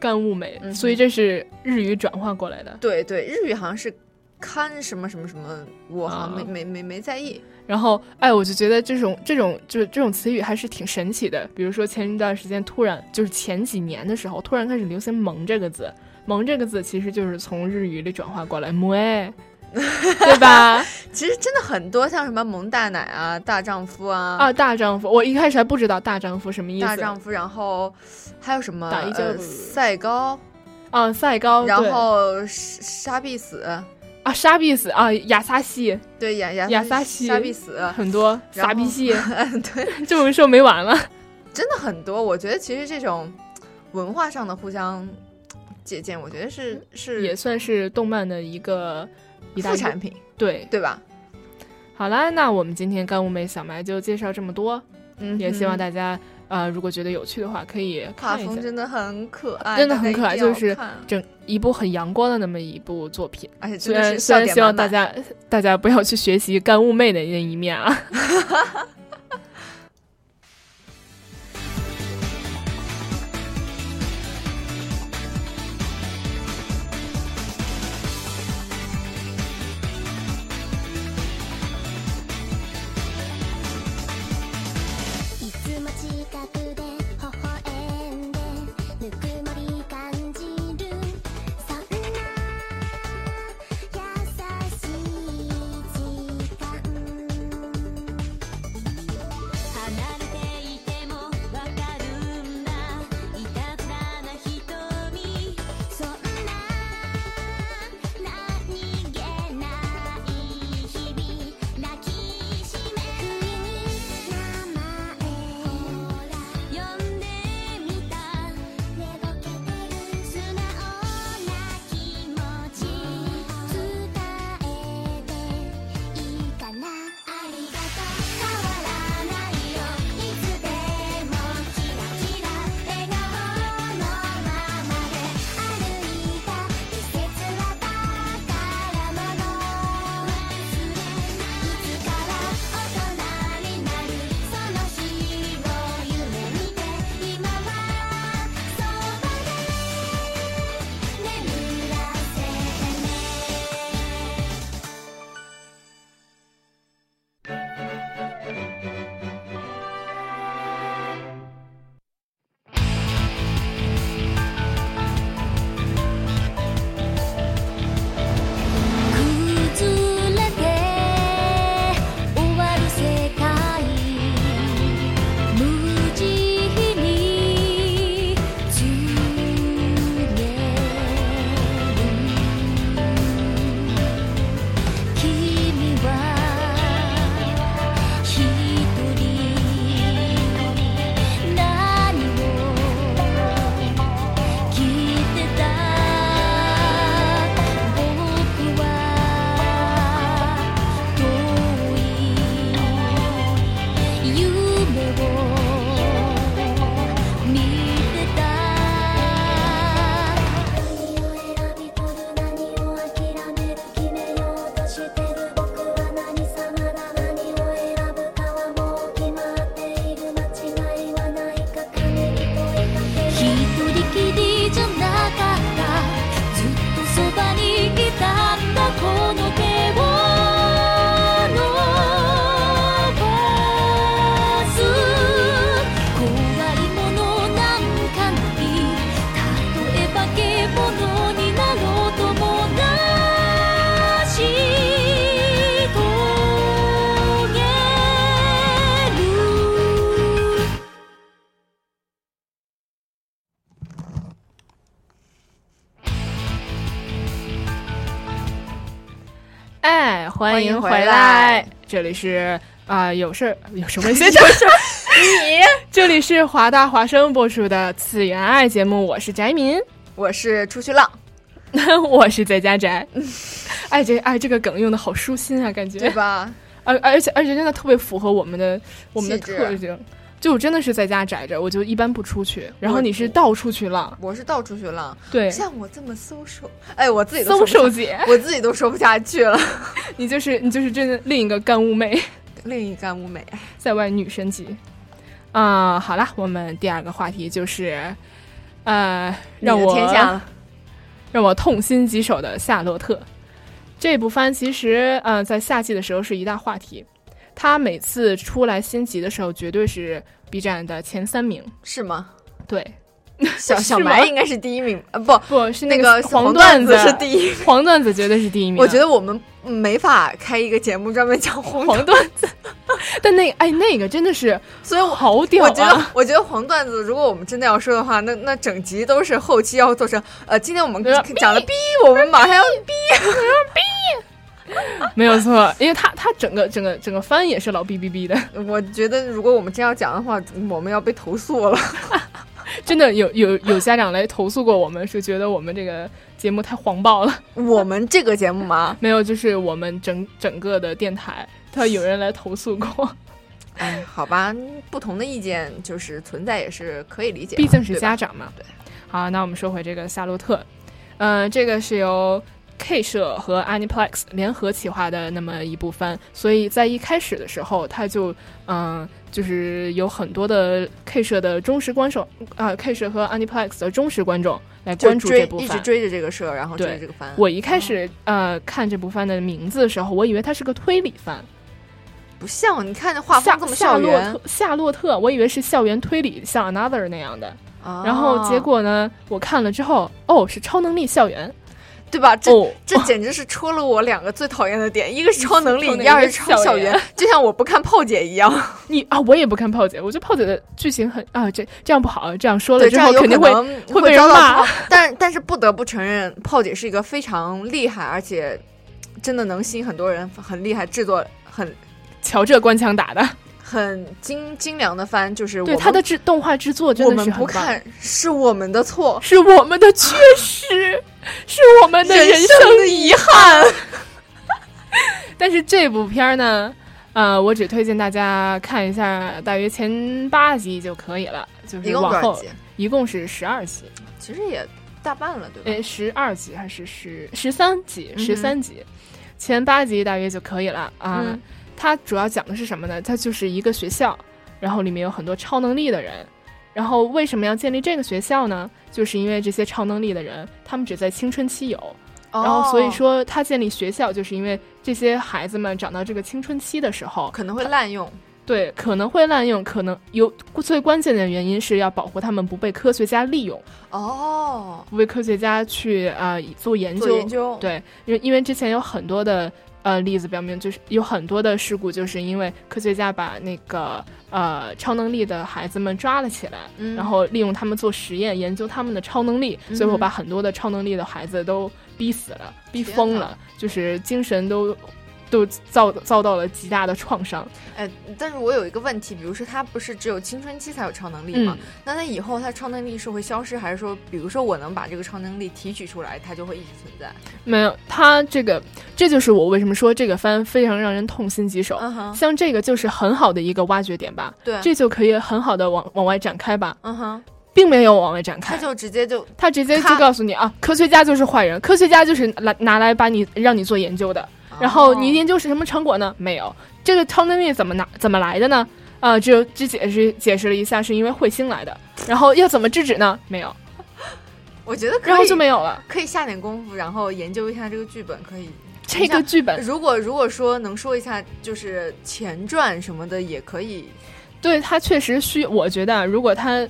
C: 干物美，
D: 嗯哼
C: 所以这是日语转化过来的。
D: 对对，日语好像是看什么什么什么，我好像没、
C: 啊
D: 没没没在意。
C: 然后，哎，我就觉得这种这种就是这种词语还是挺神奇的。比如说前一段时间突然就是前几年的时候，突然开始流行“萌”这个字，“萌”这个字其实就是从日语里转化过来，“萌哎”，对吧？
D: 其实真的很多，像什么萌大奶啊、大丈夫啊、
C: 啊，大丈夫，我一开始还不知道大丈夫什么意思。
D: 大丈夫，然后还有什么
C: 打一架
D: 呃
C: 不
D: 赛高，
C: 啊，赛高，
D: 然
C: 对
D: 后杀杀必死，
C: 啊，杀必死啊，亚萨系
D: 对雅雅
C: 亚
D: 萨
C: 萨西
D: 杀必死，
C: 很多，
D: 然后
C: 傻逼系，
D: 对，
C: 这么说没完了。
D: 真的很多。我觉得其实这种文化上的互相借鉴，我觉得是
C: 嗯也
D: 是
C: 算是动漫的一个一大
D: 副产品，
C: 对，
D: 对吧？
C: 好啦，那我们今天干物美小麦就介绍这么多，
D: 嗯，
C: 也希望大家呃，如果觉得有趣的话，可以
D: 画
C: 看一
D: 风
C: 下。
D: 真的很可爱，
C: 真的很可
D: 大家
C: 爱，
D: 一定
C: 就
D: 要
C: 是
D: 看
C: 整一部很阳光的那么一部作品。
D: 而且
C: 虽
D: 真的
C: 然
D: 是
C: 虽
D: 笑
C: 然
D: 点
C: 希望
D: 满
C: 大
D: 满。
C: 家大家不要去学习干物妹的那一面啊。
E: いつも近くで微笑んでぬくもり感じるそんな優しい時間
C: 哎，欢迎回
D: 欢迎回来
C: 这里是啊、有事儿 有什么先生，
D: 你，
C: 这里是华大华生播出的《次元爱》节目，我是翟民，
D: 我是出去浪，
C: 我是在家 宅。哎，这哎这个梗用的好舒心啊，感
D: 对
C: 觉，
D: 吧？
C: 而而且而且真的特别符合我们的我们的
D: 气质
C: 特征。就我真的是在家宅着，我就一般不出去，然后
D: 我
C: 你是到处去浪，
D: 我是到处去浪，
C: 对，
D: 像我这么 social，哎，我自己都
C: 搜
D: 说
C: 手
D: 不下
C: 姐，
D: 我自己都说不下去了。
C: 你就是你就是真的另一个干物妹。
D: 另一干物美，啊
C: 在外女神级。啊、好啦，我们第二个话题就是，呃，让
D: 你的
C: 我
D: 天下了，
C: 让我痛心疾首的《夏洛特》这部番，其实呃，在夏季的时候是一大话题。它每次出来新集的时候，绝对是 B 站的前三名。
D: 是吗？
C: 对，
D: 小小
C: 是吗
D: 白应该是第一名，呃，不，
C: 不是
D: 那
C: 个
D: 个
C: 黄
D: 段
C: 子
D: 是第一名。
C: 黄段子绝对是第一名。啊
D: 我觉得我们没法开一个节目专门讲黄
C: 黄
D: 段，
C: 段子， 但那个哎，那个真的是
D: 所以我。
C: 好屌啊！
D: 我觉得，我觉得黄段子，如果我们真的要说的话，那那整集都是后期要做成，呃，今天我们
C: 对啊
D: 讲了逼，我们马上要
C: 没有错，因为他他整个整个整个番也是老逼逼逼的。
D: 我觉得，如果我们真要讲的话，我们要被投 诉了。
C: 真的有有有家长来投诉过我们，是觉得我们这个节目太黄暴了。
D: 我们这个节目嘛，
C: 没有，就是我们整整个的电台，他有人来投诉 过。
D: 哎，好吧，不同的意见就是存在，也是可以理解的。
C: 毕竟是
D: 对吧
C: 家长嘛。
D: 对。
C: 好，那我们说回这个夏洛特，呃，这个是由 K 社和 Aniplex 联合企划的那么一部番，所以在一开始的时候，它就嗯、呃就是有很多的 K 社的忠实观众啊、呃 k 社和 Aniplex 的忠实观众来
D: 就
C: 关注
D: 追
C: 这部番，
D: 一直追着这个社，然后追
C: 对
D: 着这个番。
C: 我一开始、呃看这部番的名字的时候，我以为它是个推理番，
D: 不像，你看这画
C: 夏
D: 风这么
C: 夏
D: 校
C: 洛
D: 园
C: 特，夏洛特，我以为是校园推理，像 Another 那样的。
D: 啊
C: 然后结果呢，我看了之后，哦，是超能力校园，
D: 对吧？这
C: 哦，
D: 这简直是戳了我两个最讨厌的点，一个是超能力
C: 超能，力
D: 一二是超
C: 校
D: 校
C: 园
D: 园，就像我不看炮姐一样。
C: 你啊，我也不看炮姐，我觉得炮姐的剧情很啊，这这样不好，这样说了
D: 对，
C: 之
D: 这
C: 后
D: 样有
C: 肯
D: 可
C: 定会
D: 能
C: 会被人
D: 遭到
C: 骂
D: 炮。但但是不得不承认，炮姐是一个非常厉害，而且真的能吸引很多人，很厉害，制作很
C: 瞧这官腔打的。
D: 很精精良的番，就是我
C: 对，
D: 们
C: 它的制动画制作真
D: 我
C: 的是
D: 们
C: 很
D: 不
C: 棒，
D: 看是我们的错，
C: 是我们的缺失，是我们的人
D: 生的遗憾。
C: 但是这部片儿呢，呃，我只推荐大家看一下大约前八集就可以了，就
D: 一
C: 是
D: 共多
C: 往
D: 少
C: 后
D: 集？嗯
C: 一共是十二集，
D: 其实也大半了，对吧？
C: 呃，十二集还是十十三集？
D: 嗯哼
C: 十三集，前八集大约就可以了啊。
D: 嗯
C: 它主要讲的是什么呢？它就是一个学校，然后里面有很多超能力的人。然后为什么要建立这个学校呢？就是因为这些超能力的人，他们只在青春期有，哎然后所以
D: 哦
C: 说他建立学校，就是因为这些孩子们长到这个青春期的时候，
D: 可能会滥用。
C: 对可能会滥用，可能有最关键的原因是要保护他们不被科学家利用，
D: 哦，
C: 不被科学家去啊、呃做研
D: 做
C: 究。
D: 研究，
C: 对，因为因为之前有很多的呃例子表明，就是有很多的事故，就是因为科学家把那个呃超能力的孩子们抓了起来，
D: 嗯
C: 然后利用他们做实验，研究他们的超能力，最后把很多的超能力的孩子都逼死了，逼
D: 天
C: 疯
D: 哪
C: 了，就是精神都都遭遭到了极大的创伤。
D: 哎，但是我有一个问题，比如说他不是只有青春期才有超能力吗
C: 嗯？，
D: 那他以后他超能力是会消失，还是说，比如说我能把这个超能力提取出来，它就会一直存在？
C: 没有，他这个这就是我为什么说这个番非常让人痛心疾首。
D: 嗯哼，
C: 像这个就是很好的一个挖掘点吧，
D: 对，
C: 这就可以很好的往往外展开吧。
D: 嗯哼，
C: 并没有往外展
D: 他
C: 开，
D: 就直接就
C: 他直接就
D: 咔
C: 告诉你啊，科学家就是坏人，科学家就是拿拿来把你让你做研究的，然后你
D: 哦
C: 研究是什么成果呢？没有，这个超能力怎么拿怎么来的呢？啊，只有只解释解释了一下，是因为彗星来的，然后要怎么制止呢？没有，
D: 我觉得可以
C: 然后就没有了。
D: 可以下点功夫，然后研究一下这个剧本，可以。
C: 这个剧本
D: 如果如果说能说一下，就是前传什么的也可以。
C: 对他确实需，我觉得啊如果他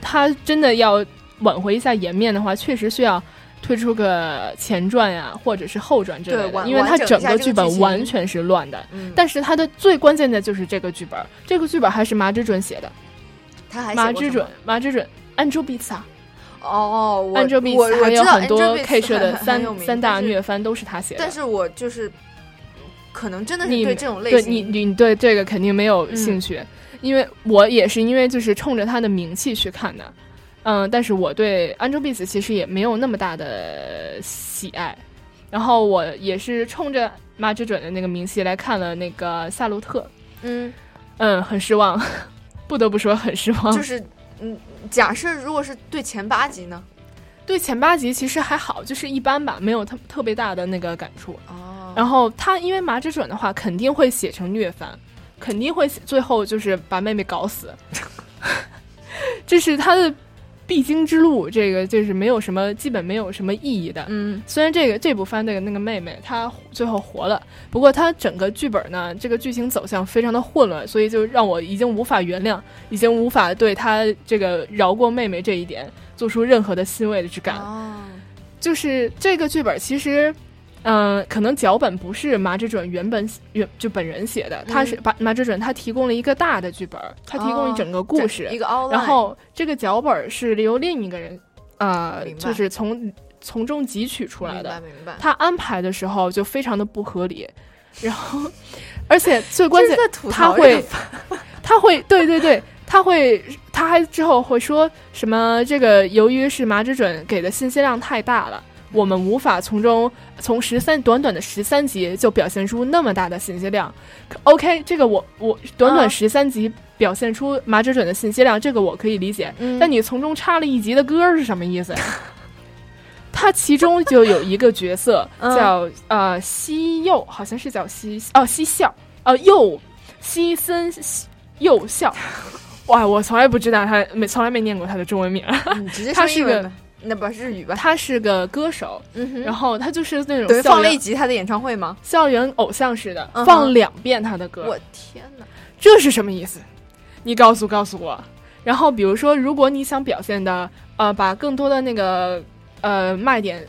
C: 他真的要挽回一下颜面的话，确实需要推出个前传呀、或者是后传之类
D: 对
C: 的，
D: 完
C: 因为他
D: 完整一
C: 整
D: 下
C: 个
D: 这个
C: 剧本
D: 剧情
C: 完全是乱的。
D: 嗯，
C: 但是它的最关键的就是这个剧本，这个剧本还是麻之准写的。
D: 他还写
C: 麻
D: 过
C: 之
D: 什么
C: 准，麻之准，安州比萨，
D: 哦，我
C: 安州比
D: 我
C: 萨
D: 我
C: 还
D: 知
C: 有
D: 道
C: 很多
D: Angel Beats
C: K 社的
D: 很很
C: 三
D: 有名
C: 三大
D: 但是
C: 虐番都是他写的
D: 但。是我就是可能真的是
C: 你
D: 对这种类
C: 对
D: 型，嗯
C: 你你你对这个肯定没有兴趣，因为我也是因为就是冲着他的名气去看的，嗯、但是我对 Angelababy 其实也没有那么大的喜爱，然后我也是冲着妈之准的那个名气来看了那个夏洛特，
D: 嗯，
C: 嗯，很失望， 不得不说很失望，
D: 就是嗯，假设如果是对前八集呢？
C: 对前八集其实还好，就是一般吧，没有特特别大的那个感触。
D: 哦
C: 然后他因为麻之准的话，肯定会写成虐番，肯定会写最后就是把妹妹搞死， 这是他的必经之路，这个就是没有什么基本没有什么意义的。
D: 嗯
C: 虽然这个这部番的那个妹妹她最后活了，不过她整个剧本呢，这个剧情走向非常的混乱，所以就让我已经无法原谅，已经无法对她这个饶过妹妹这一点做出任何的欣慰之感。
D: 哦，
C: 就是这个剧本其实。嗯、可能脚本不是麻之准原本原就本人写的，他
D: 嗯
C: 是把麻之准他提供了一个大的剧本，他提供
D: 哦
C: 一整个故事，
D: 这一个 outline，
C: 然后这个脚本是由另一个人，呃，
D: 明白
C: 就是从从中汲取出来
D: 明白
C: 的。
D: 明白，
C: 他安排的时候就非常的不合理，然后，而且最关键
D: 这是在吐
C: 他
D: 槽这个
C: 会
D: 番，
C: 他会，对对对，他会，他还之后会说什么？这个由于是麻之准给的信息量太大了。我们无法从中从十三短短的十三集就表现出那么大的信息量。可 OK，这个我我短短
D: 啊
C: 十三集表现出麻之准的信息量，这个我可以理解。
D: 嗯
C: 但你从中插了一集的歌儿是什么意思？他其中就有一个角色
D: 嗯
C: 叫、呃西柚，好像是叫西哦西笑哦柚西森西柚 笑，哇，我从来不知道他没从来没念过他的中文名儿。
D: 你直接
C: 他
D: 说
C: 是
D: 英文
C: 个
D: 吧，那不日语吧？
C: 他是个歌手，
D: 嗯哼，
C: 然后他就是那
D: 等于
C: 种校
D: 放了一
C: 园
D: 集他的演唱会吗？
C: 校园偶像似的，
D: 嗯哼
C: 放两遍他的歌
D: 我，天哪！
C: 这是什么意思？你告诉告诉我。然后比如说，如果你想表现的呃，把更多的那个呃卖点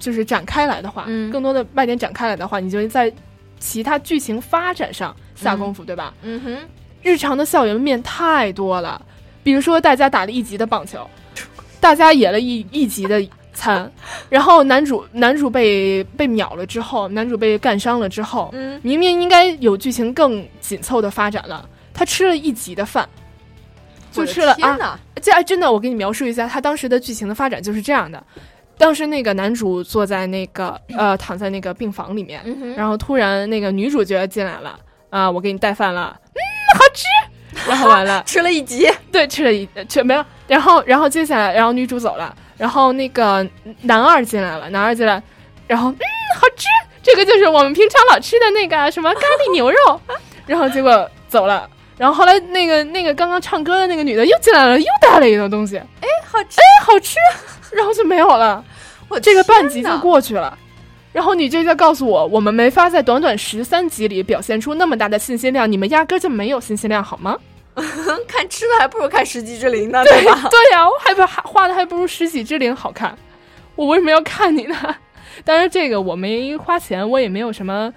C: 就是展开来的话，
D: 嗯
C: 更多的卖点展开来的话，你就在其他剧情发展上下功夫，对吧？
D: 嗯哼，
C: 日常的校园面太多了，比如说大家打了一级的棒球，大家野了一一级的餐，然后男主男主被被秒了之后，男主被干伤了之后，
D: 嗯，
C: 明明应该有剧情更紧凑的发展了，他吃了一集的饭，就
D: 我的
C: 吃了
D: 天
C: 啊！
D: 哪！
C: 这哎真的，我给你描述一下，他当时的剧情的发展就是这样的：当时那个男主坐在那个呃躺在那个病房里面，
D: 嗯哼，
C: 然后突然那个女主角进来了，啊、我给你带饭了，嗯，好吃。然后完了，
D: 吃了一集，
C: 对，吃了一吃没有，然后然后接下来，然后女主走了，然后那个男二进来了，男二进来，然后嗯，好吃，这个就是我们平常老吃的那个什么咖喱牛肉，然后结果走了，然后后来那个那个刚刚唱歌的那个女的又进来了，又带了一个东西，哎，
D: 好吃！
C: 好吃， 然后就没有了，
D: 我
C: 这个半
D: 天
C: 集
D: 哪
C: 就过去了。然后你这就告诉我，我们没法在短短十三集里表现出那么大的信息量，你们压根儿就没有信息量，好吗？
D: 看吃的还不如看《十级之灵》呢，对吧？
C: 对呀、我还不还画的还不如《十几之灵》好看，我为什么要看你呢？ 当然，这个我没花钱，我也没有什么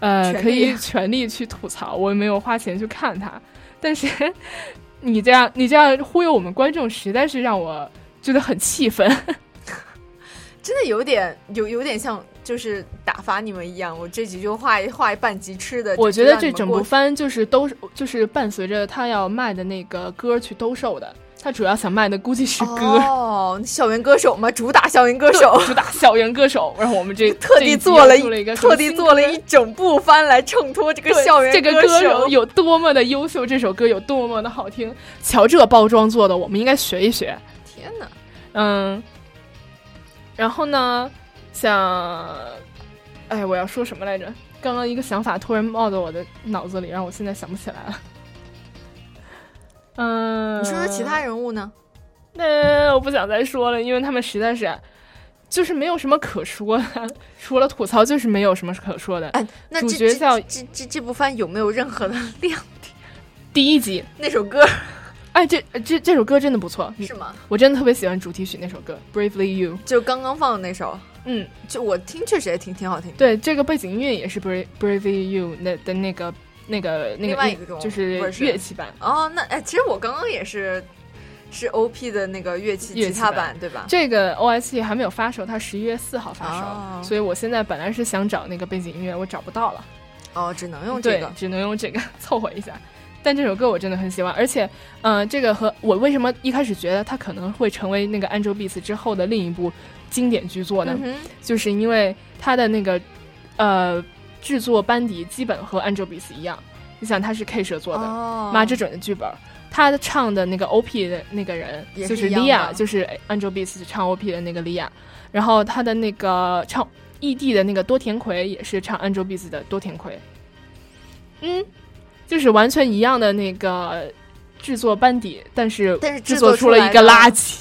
C: 呃
D: 权利
C: 可以 权利去吐槽，我也没有花钱去看它。但是你这样你这样忽悠我们观众，实在是让我觉得很气愤。
D: 真的有点有有点像就是打发你们一样，我这集就画一画一半集吃的。
C: 我
D: 就
C: 觉得
D: 让你
C: 这
D: 们
C: 整
D: 过
C: 部番就是都是就是伴随着他要卖的那个歌去兜售的，他主要想卖的估计是歌。
D: 哦，校园歌手嘛，主打校园歌手，
C: 主打校园歌手，然后我们这
D: 特
C: 这一
D: 地
C: 集
D: 做
C: 又
D: 了
C: 出一个
D: 特地做了
C: 一。
D: 一整部番来衬托这个
C: 对
D: 校园
C: 这个歌
D: 手
C: 手。有多么的优秀，这首歌有多么的好听。瞧这包装做的，我们应该学一学。
D: 天哪，
C: 嗯，然后呢，像，哎，我要说什么来着？刚刚一个想法突然冒到我的脑子里，让我现在想不起来了。嗯，
D: 你说说其他人物呢？
C: 那我不想再说了，因为他们实在是就是没有什么可说的， 除了吐槽就是没有什么可说的。
D: 哎，那
C: 主
D: 这
C: 角
D: 这
C: 叫
D: 这这这部番有没有任何的亮？
C: 第一集，
D: 那首歌
C: 哎，这这这首歌真的不错，
D: 是吗？
C: 我真的特别喜欢主题曲那首歌《Bravely You》。
D: 就刚刚放的那首，
C: 嗯，
D: 就我听确实也挺挺好听的。
C: 对，这个背景音乐也是《Brave Bravely You 那》的那个那个那
D: 另
C: 个
D: 外一
C: 音，
D: 个种
C: 就是
D: 不是
C: 乐器版。
D: 哦，那哎，其实我刚刚也是是 OP 的那个乐器
C: 乐
D: 吉
C: 器
D: 他
C: 版
D: 版，对吧？
C: 这个 OST 还没有发售，它十一月四号发售，
D: 哦
C: 所以我现在本来是想找那个背景音乐，我找不到了。
D: 哦，只能用这
C: 对，
D: 个。
C: 只能用这个 凑合一下。但这首歌我真的很喜欢，而且，呃，这个和我为什么一开始觉得它可能会成为那个《安州 Beats》之后的另一部经典巨作呢？
D: 嗯哼，
C: 就是因为它的那个，呃，制作班底基本和《安州 Beats》一样。你想，它是 K 社做的，
D: 哦
C: 妈之准的剧本。他唱的那个 OP 的那个人
D: 也
C: 就是是
D: 一样
C: 利亚，
D: 的
C: 就是哎 Angel Beats 唱 OP 的那个利亚，然后他的那个唱 ED 的那个多田葵也是唱 Angel Beats 的多田葵，嗯，就是完全一样的那个制作班底，但是
D: 但是制
C: 制
D: 作
C: 作
D: 出
C: 出
D: 来
C: 了
D: 的
C: 一个垃圾。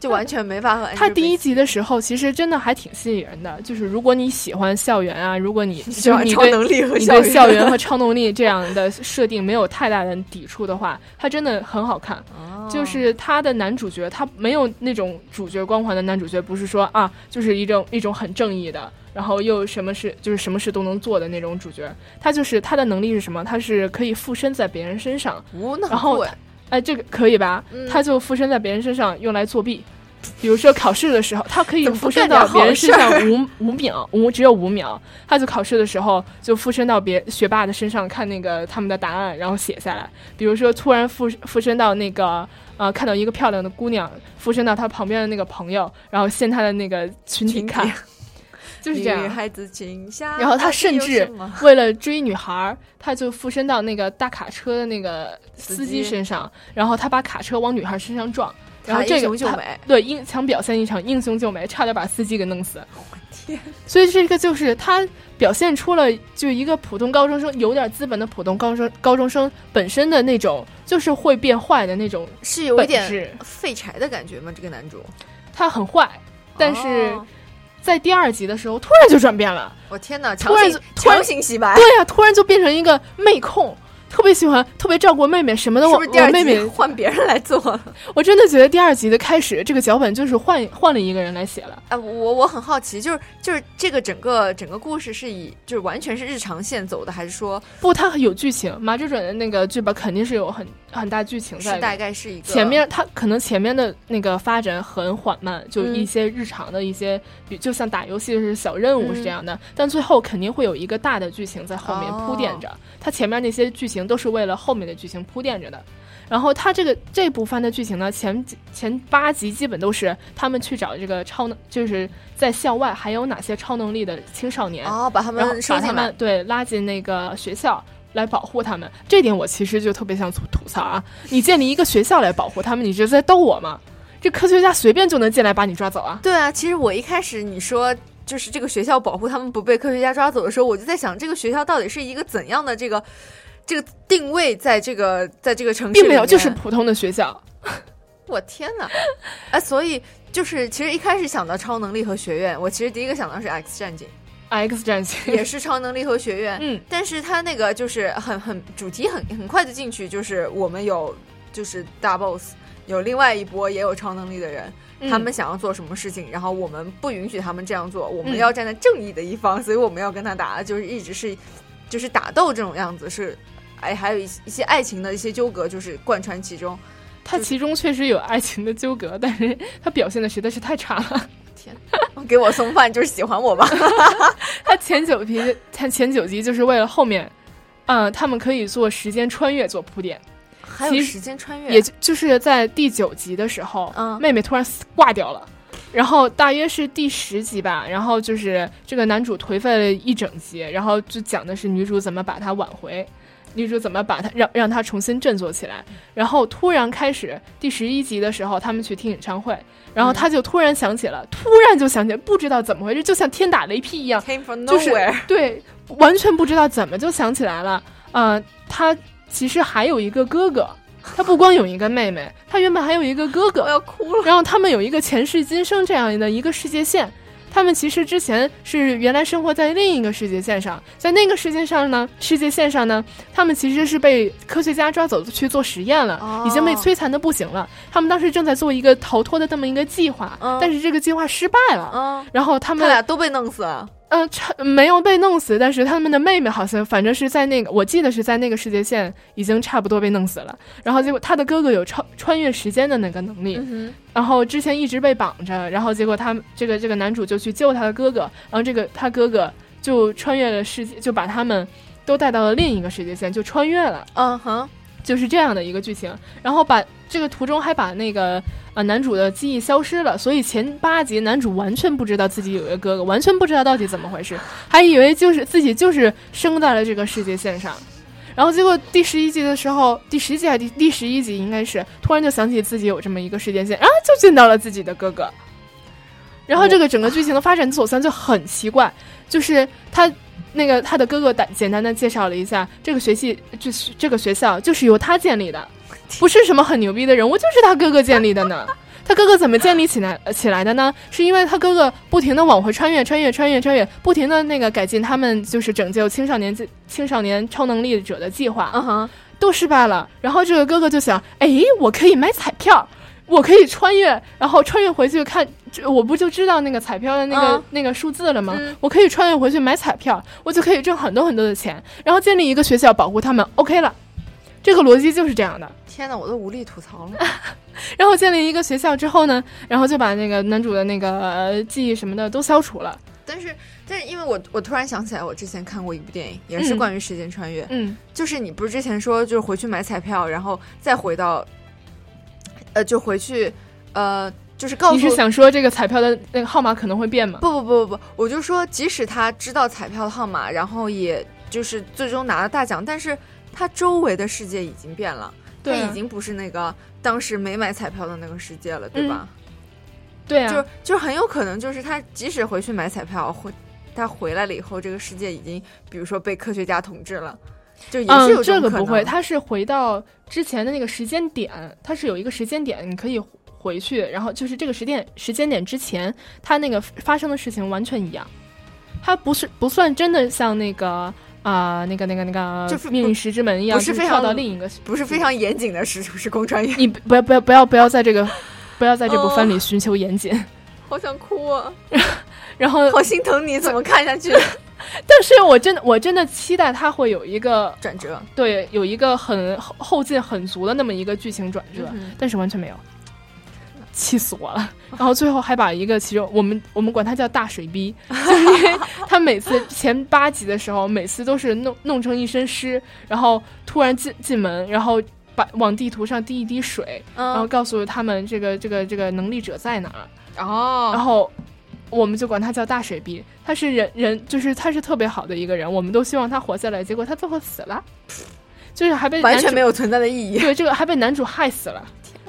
D: 就完全没法和
C: 他第一
D: Angel
C: 集的时候，其实真的还挺吸引人的，就是如果你喜欢校园啊，如果你
D: Beats
C: 就是你
D: 喜欢超
C: 对
D: 能力和
C: 你对校园
D: 园，
C: 和超能力这样的设定没有太大的抵触的话，它真的很好看。
D: 哦
C: 就是他的男主角，他没有那种主角光环的男主角，不是说啊，就是一种一种很正义的，然后又什么事就是什么事都能做的那种主角。他就是他的能力是什么？他是可以附身在别人身上，
D: 哦，那很
C: 然后
D: 酷
C: 他哎，这个可以吧？
D: 嗯
C: 他就附身在别人身上用来作弊。比如说考试的时候，他可以
D: 怎么不
C: 附身
D: 干
C: 到
D: 点
C: 别
D: 好
C: 人身
D: 事
C: 上五五秒，五只有五秒。他就考试的时候就附身到别学霸的身上，看那个他们的答案，然后写下来。比如说突然附附身到那个呃，看到一个漂亮的姑娘，附身到她旁边的那个朋友，然后掀她的那个群体
D: 群体
C: 看， 就是这样。
D: 女孩子 裙下，
C: 然后他甚至 为了追女孩儿，他就附身到那个大卡车的那个司
D: 司
C: 机
D: 机
C: 身上，然后他把卡车往女孩身上撞，然后
D: 他
C: 这
D: 英
C: 个
D: 雄救
C: 他
D: 美
C: 对英想表现一场英雄救美，差点把司机给弄死。
D: 天，
C: 所以这个就是他表现出了就一个普通高中生，有点资本的普通高中高中生本身的那种，就是会变坏的那种，
D: 是有一
C: 本
D: 点
C: 质
D: 废柴的感觉吗？这个男主，
C: 他很坏，但是
D: 哦
C: 在第二集的时候突然就转变了。
D: 我天哪，
C: 突
D: 强
C: 然
D: 行
C: 就突然
D: 强行洗白，
C: 对呀、突然就变成一个妹控，特别喜欢，特别照顾妹妹，什么都
D: 是
C: 我
D: 不是第二
C: 我妹
D: 集
C: 妹，
D: 换别人来做了？
C: 我真的觉得第二集的开始，这个脚本就是换换了一个人来写了。
D: 啊，我我很好奇，就是就是这个整个整个故事是以就是完全是日常线走的，还是说
C: 不，它有剧情，马志准的那个剧本肯定是有很很大剧情
D: 是
C: 在里
D: 大
C: 面。
D: 概是一个
C: 前面它可能前面的那个发展很缓慢，就
D: 嗯
C: 一些日常的一些，比就像打游戏是小任务
D: 嗯
C: 是这样的，但最后肯定会有一个大的剧情在后面铺垫
D: 哦
C: 着。它前面那些剧情都是为了后面的剧情铺垫着的。然后它这个这部番的剧情呢，前几前八集基本都是他们去找这个超能，就是在校外还有哪些超能力的青少年，
D: 哦，把他
C: 然后
D: 们收
C: 把他
D: 进来
C: 们，对拉进那个学校来保护他们。这点我其实就特别想吐吐槽啊！你建立一个学校来保护他们，你这是在逗我吗？这科学家随便就能进来把你抓走啊？
D: 对啊，其实我一开始你说就是这个学校保护他们不被科学家抓走的时候，我就在想这个学校到底是一个怎样的这个这个定位，在这个在这个城市
C: 并没有，
D: 里
C: 就是
D: 面
C: 普通的学校。
D: 我天哪！哎，所以就是其实一开始想到超能力和学院，我其实第一个想到是 X 战警，
C: X 战
D: 也
C: 警，
D: 是超能力和学院，
C: 嗯，
D: 但是他那个就是很很主题很很快就进去，就是我们有就是大 boss，有另外一波也有超能力的人，
C: 嗯
D: 他们想要做什么事情，然后我们不允许他们这样做，我们
C: 嗯
D: 要站在正义的一方，所以我们要跟他打，就是一直是就是打斗这种样子是。哎，还有一些一些爱情的一些纠葛，就是贯穿其中。嗯
C: 它其中确实有爱情的纠葛，但是它表现的实在是太差了。
D: 给我送饭就是喜欢我 吧？
C: 它前九集，它前九集就是为了后面，呃，他们可以做时间穿越做铺垫。
D: 还
C: 其
D: 有
C: 实
D: 时间穿越，
C: 也就就是在第九集的时候，
D: 嗯
C: 妹妹突然死挂掉了，然后大约是第十集吧，然后就是这个男主颓废了一整集，然后就讲的是女主怎么把他挽回。女主怎么把他让让他重新振作起来？然后突然开始第十一集的时候，他们去听演唱会，然后
D: 嗯
C: 他就突然想起了，突然就想起来，不知道怎么回事，就像天打雷劈一样，
D: came from
C: 就是
D: nowhere，、
C: 对，完全不知道怎么就想起来了。呃，他其实还有一个哥哥，他不光有一个妹妹，他原本还有一个哥
D: 我
C: 哥。
D: 要哭了。
C: 然后他们有一个前世今生这样的一个世界线，他们其实之前是原来生活在另一个世界线上，在那个世界上呢，世界线上呢，他们其实是被科学家抓走去做实验了，
D: 哦
C: 已经被摧残的不行了。他们当时正在做一个逃脱的这么一个计划，
D: 嗯
C: 但是这个计划失败了。
D: 嗯，
C: 然后他
D: 他
C: 们
D: 俩都被弄死了。
C: 呃，差没有被弄死，但是他们的妹妹好像，反正是在那个，我记得是在那个世界线已经差不多被弄死了。然后结果他的哥哥有超穿越时间的那个能力，
D: 嗯
C: 然后之前一直被绑着，然后结果他这个这个男主就去救他的哥哥，然后这个他哥哥就穿越了世界，就把他们都带到了另一个世界线，就穿越了。
D: 嗯哼，
C: 就是这样的一个剧情。然后把这个途中还把那个呃男主的记忆消失了，所以前八集男主完全不知道自己有一个哥哥，完全不知道到底怎么回事，还以为就是自己就是生在了这个世界线上。然后结果第十一集的时候，第十集还是第第十一集应该是突然就想起自己有这么一个世界线，然后就见到了自己的哥哥。然后这个整个剧情的发展走向就很奇怪，就是他那个他的哥哥简简单的介绍了一下这个学系，就是这个学校就是由他建立的，不是什么很牛逼的人物，就是他哥哥建立的呢。 他哥哥怎么建立起来呃起来的呢？是因为他哥哥不停的往回穿越，穿越，穿越，穿越，不停的那个改进他们就是拯救青少年青少年超能力者的计划，
D: 嗯哼，
C: 都失败了。然后这个哥哥就想，哎，我可以买彩票，我可以穿越，然后穿越回去看，这我不就知道那个彩票的那个、
D: 嗯
C: 那个数字了吗？
D: 嗯
C: 我可以穿越回去买彩票，我就可以挣很多很多的钱，然后建立一个学校保护他们。OK 了，这个逻辑就是这样的。
D: 天哪，我都无力吐槽了。
C: 然后建立一个学校之后呢，然后就把那个男主的那个呃记忆什么的都消除了。
D: 但是，但是因为我我突然想起来，我之前看过一部电影，也是
C: 嗯
D: 关于时间穿越，
C: 嗯，
D: 就是你不是之前说就是回去买彩票，然后再回到，呃，就回去，呃，就是告诉
C: 你是想说这个彩票的那个号码可能会变吗？
D: 不不不不不，我就说，即使他知道彩票的号码，然后也就是最终拿了大奖，但是他周围的世界已经变了，他
C: 对啊
D: 已经不是那个当时没买彩票的那个世界了，
C: 嗯
D: 对吧？
C: 对啊，
D: 就就很有可能就是他即使回去买彩票，回他回来了以后，这个世界已经比如说被科学家统治了，就也是有
C: 嗯，这
D: 种
C: 个
D: 可能。
C: 不会，它是回到之前的那个时间点，它是有一个时间点，你可以回去，然后就是这个时间时间点之前，它那个发生的事情完全一样，它不是不算真的像那个啊、那个那个那
D: 就
C: 个
D: 是
C: 命
D: 不
C: 运石之门一样，
D: 不是
C: 就
D: 非
C: 跳
D: 常
C: 到另一个，
D: 不是非常严谨的时时空穿越，
C: 你不不要不要不要不要在这个不要在这部番里
D: 哦
C: 寻求 严谨，
D: 好想哭 啊！
C: 然后
D: 好心疼你，怎么看下去？
C: 但是我真的我真的期待它会有一个
D: 转折，
C: 对有一个很后后劲很足的那么一个剧情转折，
D: 嗯哼
C: 但是完全没有，气死我了。然后最后还把一个其中我们我们管他叫大水 逼，就是因为他每次前八集的时候，每次都是弄弄成一身湿，然后突然进进门，然后把往地图上滴一滴水，然后
D: 嗯，
C: 告诉他们这个这个这个能力者在哪儿。然
D: 哦，
C: 后我们就管他叫大水逼，他是人人就是他是特别好的一个人，我们都希望他活下来，结果他最后死了，就是还被
D: 完
C: 男
D: 全
C: 主
D: 没有存在的意义。
C: 对这个还被男主害死了，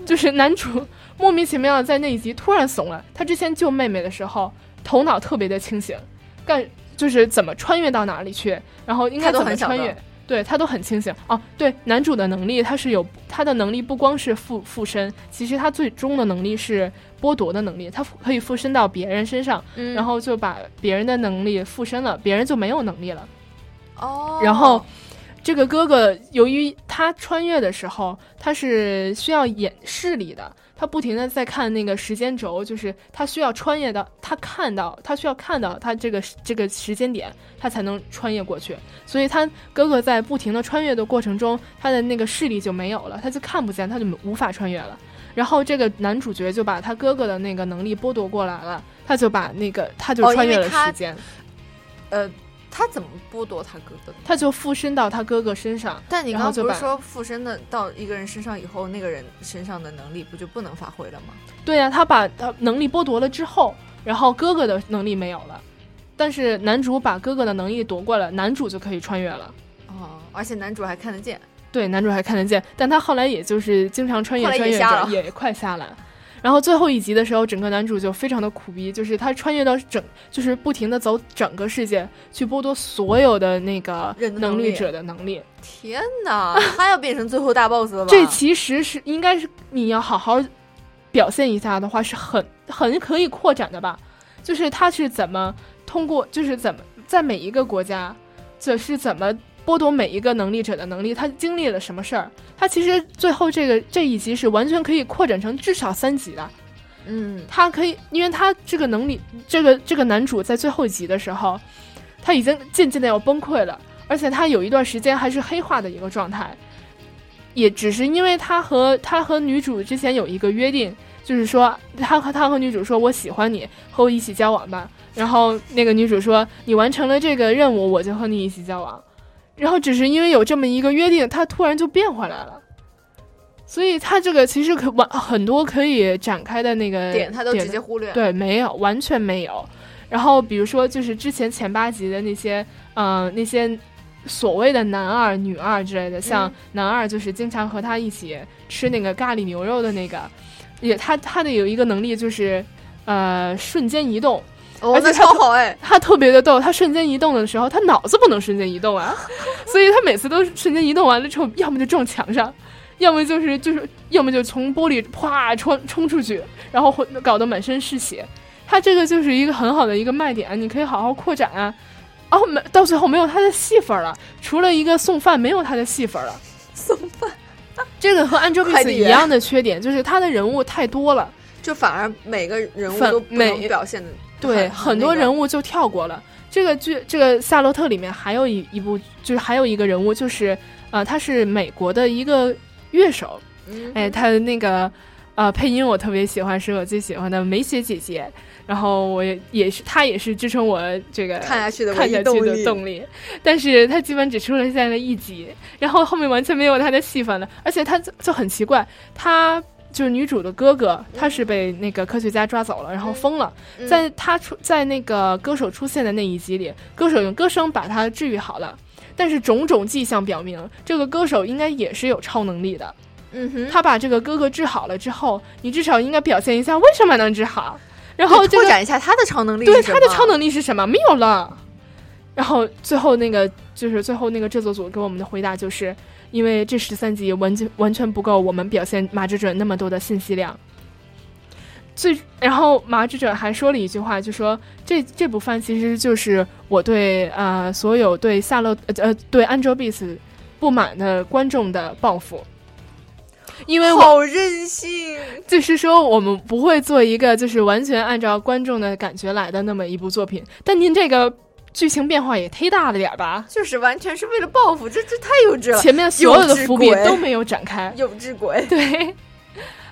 C: 就是男主 莫名其妙地在那一集突然怂了，他之前救妹妹的时候头脑特别的清醒，干就是怎么穿越到哪里去，然后应该
D: 他都
C: 怎么
D: 很想
C: 穿越
D: 到。
C: 对他都很清醒哦。对，男主的能力他是有，他的能力不光是附附身，其实他最终的能力是剥夺的能力，他可以附身到别人身上，
D: 嗯
C: 然后就把别人的能力附身了，别人就没有能力了。
D: 哦，
C: 然后这个哥哥由于他穿越的时候，他是需要演视力的，他不停的在看那个时间轴，就是他需要穿越到他看到他需要看到他这个这个时间点，他才能穿越过去。所以他哥哥在不停的穿越的过程中，他的那个视力就没有了，他就看不见，他就无法穿越了。然后这个男主角就把他哥哥的那个能力剥夺过来了，他就把那个他就
D: 哦因
C: 穿越
D: 为
C: 了
D: 他
C: 时间，
D: 呃，他怎么剥夺他哥哥的？
C: 他就附身到他哥哥身上。
D: 但你
C: 然
D: 刚
C: 后
D: 刚
C: 就
D: 不
C: 把
D: 是说附身的到一个人身上以后，那个人身上的能力不就不能发挥了吗？
C: 对啊呀、他把他能力剥夺了之后，然后哥哥的能力没有了，但是男主把哥哥的能力夺过来，男主就可以穿越了。
D: 哦，而且男主还看得见，
C: 对，男主还看得见，但他后来也就是经常穿越
D: 后来也
C: 穿越
D: 瞎
C: 着，
D: 了
C: 也快瞎了。然后最后一集的时候，整个男主就非常的苦逼，就是他穿越到整，就是不停的走整个世界，去剥夺所有的那个
D: 人的
C: 能
D: 能
C: 力
D: 力
C: 者的能力。
D: 天哪，他要变成最后大 boss 了吧？
C: 这其实是应该是你要好好表现一下的话，是很很可以扩展的吧？就是他是怎么通过，就是怎么在每一个国家，这是怎么剥夺每一个能力者的能力，他经历了什么事儿？他其实最后这个这一集是完全可以扩展成至少三集的。
D: 嗯，
C: 他可以，因为他这个能力，这个这个男主在最后一集的时候，他已经渐渐的要崩溃了，而且他有一段时间还是黑化的一个状态，也只是因为他和他和女主之前有一个约定，就是说他和他和女主说我喜欢你，和我一起交往吧。然后那个女主说你完成了这个任务，我就和你一起交往。然后只是因为有这么一个约定，他突然就变回来了。所以他这个其实可完很多可以展开的那个
D: 点他都直接忽略。啊
C: 对，没有，完全没有。然后比如说，就是之前前八集的那些，呃，那些所谓的男二、女二之类的，像男二就是经常和他一起吃那个咖喱牛肉的那个，也他他的有一个能力就是，呃，瞬间移动。
D: 哦，
C: 而且他
D: 那超好哎，
C: 他特别的逗，他瞬间移动的时候，他脑子不能瞬间移动 啊，所以他每次都是瞬间移动完了之后，要么就撞墙上， 要么就是就是，要么就从玻璃啪冲冲出去，然后混搞得满身是血。他这个就是一个很好的一个卖点，你可以好好扩展啊。哦，没到最后没有他的戏份了，除了一个送饭，没有他的戏份了。
D: 送饭
C: 这个和 Angel
D: 快
C: Kiss
D: 递
C: 一
D: 员
C: 样的缺点，就是他的人物太多了。
D: 就反而每个人物
C: 反
D: 都不
C: 每
D: 能表现的。
C: 对，很多人物就跳过了。这个剧，这个《夏洛特》里面还有一一部，就是还有一个人物，就是呃，他是美国的一个乐手，
D: 嗯，
C: 哎，他的那个呃配音我特别喜欢，是我最喜欢的梅雪姐姐。然后我也也是，她也是支撑我这个
D: 看下去的唯
C: 看
D: 一
C: 下去
D: 动
C: 的
D: 力
C: 动力。但是他基本只出了现在的一集，然后后面完全没有他的戏份了。而且他就就很奇怪，他就是女主的哥哥，他是被那个科学家抓走了，然后疯了。
D: 嗯
C: 在他出在那个歌手出现的那一集里，歌手用歌声把他治愈好了。但是种种迹象表明，这个歌手应该也是有超能力的。
D: 嗯哼，
C: 他把这个哥哥治好了之后，你至少应该表现一下为什么能治好，然后这
D: 拓
C: 个
D: 展一下他的超能力，
C: 对他的超，能力是什么？没有了。然后最后那个就是最后那个制作组给我们的回答就是，因为这十三集完全完全不够我们表现马之准那么多的信息量。最然后马之准还说了一句话，就说这这部番其实就是我对呃所有对夏洛呃呃对 Angelababy 不满的观众的报复，因为我
D: 好任性。
C: 就是说，我们不会做一个就是完全按照观众的感觉来的那么一部作品，但您这个剧情变化也忒大了点儿吧？
D: 就是完全是为了报复，这 这太幼稚了，
C: 前面所有的伏笔
D: 幼稚鬼
C: 都没有展开。
D: 幼稚 鬼。
C: 对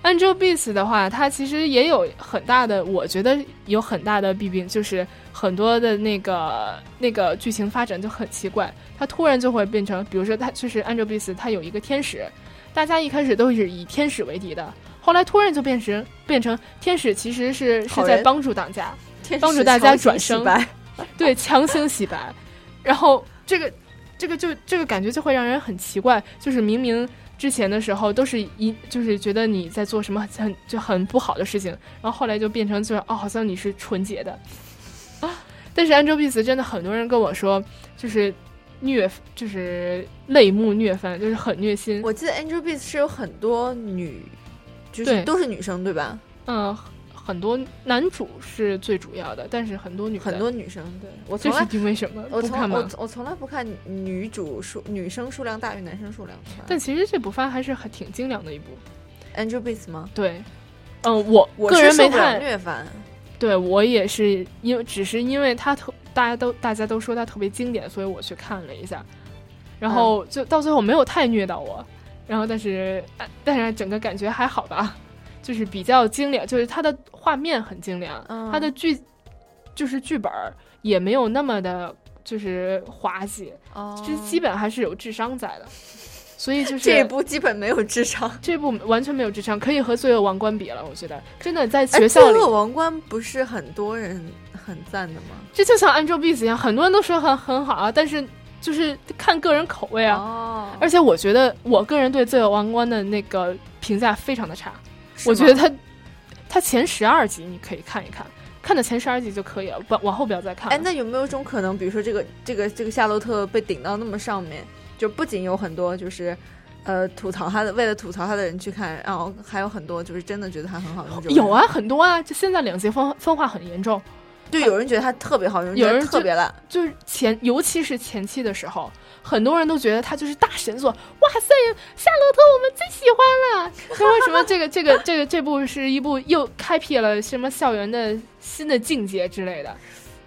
C: ，Angel Beats 的话，它其实也有很大的，我觉得有很大的弊病，就是很多的那个那个剧情发展就很奇怪，它突然就会变成，比如说它就是 Angel Beats，它有一个天使，大家一开始都是以天使为敌的。后来突然就变成变成天使，其实是是
D: 好
C: 在
D: 人
C: 帮助大家，帮助大家转生
D: 天使
C: 对，强行洗白，然后这个这个就这个感觉就会让人很奇怪，就是明明之前的时候都是一就是觉得你在做什么很就很不好的事情，然后后来就变成就是哦，好像你是纯洁的 啊。但是 Angelababy 真的很多人跟我说，就是虐，就是泪目虐番，就是很虐心。
D: 我记得 Angelababy 是有很多女，就
C: 对
D: 是都是女生对吧？
C: 嗯、很多男主是最主要的，但是很多女的
D: 很多女生，对我
C: 这
D: 从
C: 是
D: 来。
C: 因为什么？
D: 我
C: 不看
D: 从
C: 吗？
D: 我我从来不看女主数女生数量大于男生数量的番。
C: 但其实这部番还是很挺精良的一部。
D: Angelababy 吗？
C: 对，嗯、我
D: 我
C: 个
D: 是
C: 人
D: 受
C: 没
D: 不了
C: 太，
D: 虐番，
C: 对我也是因为只是因为它特大家都大家都说它特别经典，所以我去看了一下，然
D: 嗯
C: 后就到最后没有太虐到我，然后但是呃但是整个感觉还好吧，就是比较精良，就是它的画面很精良，
D: 嗯
C: 它的剧就是剧本儿也没有那么的。就是滑稽，
D: 哦
C: 这基本还是有智商在的，所以就是
D: 这一部基本没有智商。
C: 这部完全没有智商，可以和《罪恶王冠》比了。我觉得真的在
D: 哎
C: 学校
D: 罪
C: 里，
D: 恶王冠不是很多人很赞的吗？
C: 这就像 Angel Beats 一样，很多人都说很很好啊，但是就是看个人口味啊。
D: 哦，
C: 而且我觉得我个人对《罪恶王冠》的那个评价非常的差，
D: 是
C: 我
D: 吗
C: 觉得它它前十二集你可以看一看，看的前十二集就可以了，不往后不要再看了。
D: 哎，那有没有一种可能，比如说这个这个这个夏洛特被顶到那么上面，就不仅有很多就是，呃，吐槽他的为了吐槽他的人去看，然后还有很多就是真的觉得他很好的那种。
C: 有，啊，很多啊，就现在两极分分化很严重，
D: 对，有人觉得他特别好，有人觉
C: 有
D: 得
C: 人
D: 特
C: 就
D: 别烂。
C: 就是前，尤其是前期的时候，很多人都觉得他就是大神作，哇塞，夏洛特我们最喜欢了。说为什么这个这个这个这部是一部又开辟了什么校园的新的境界之类的，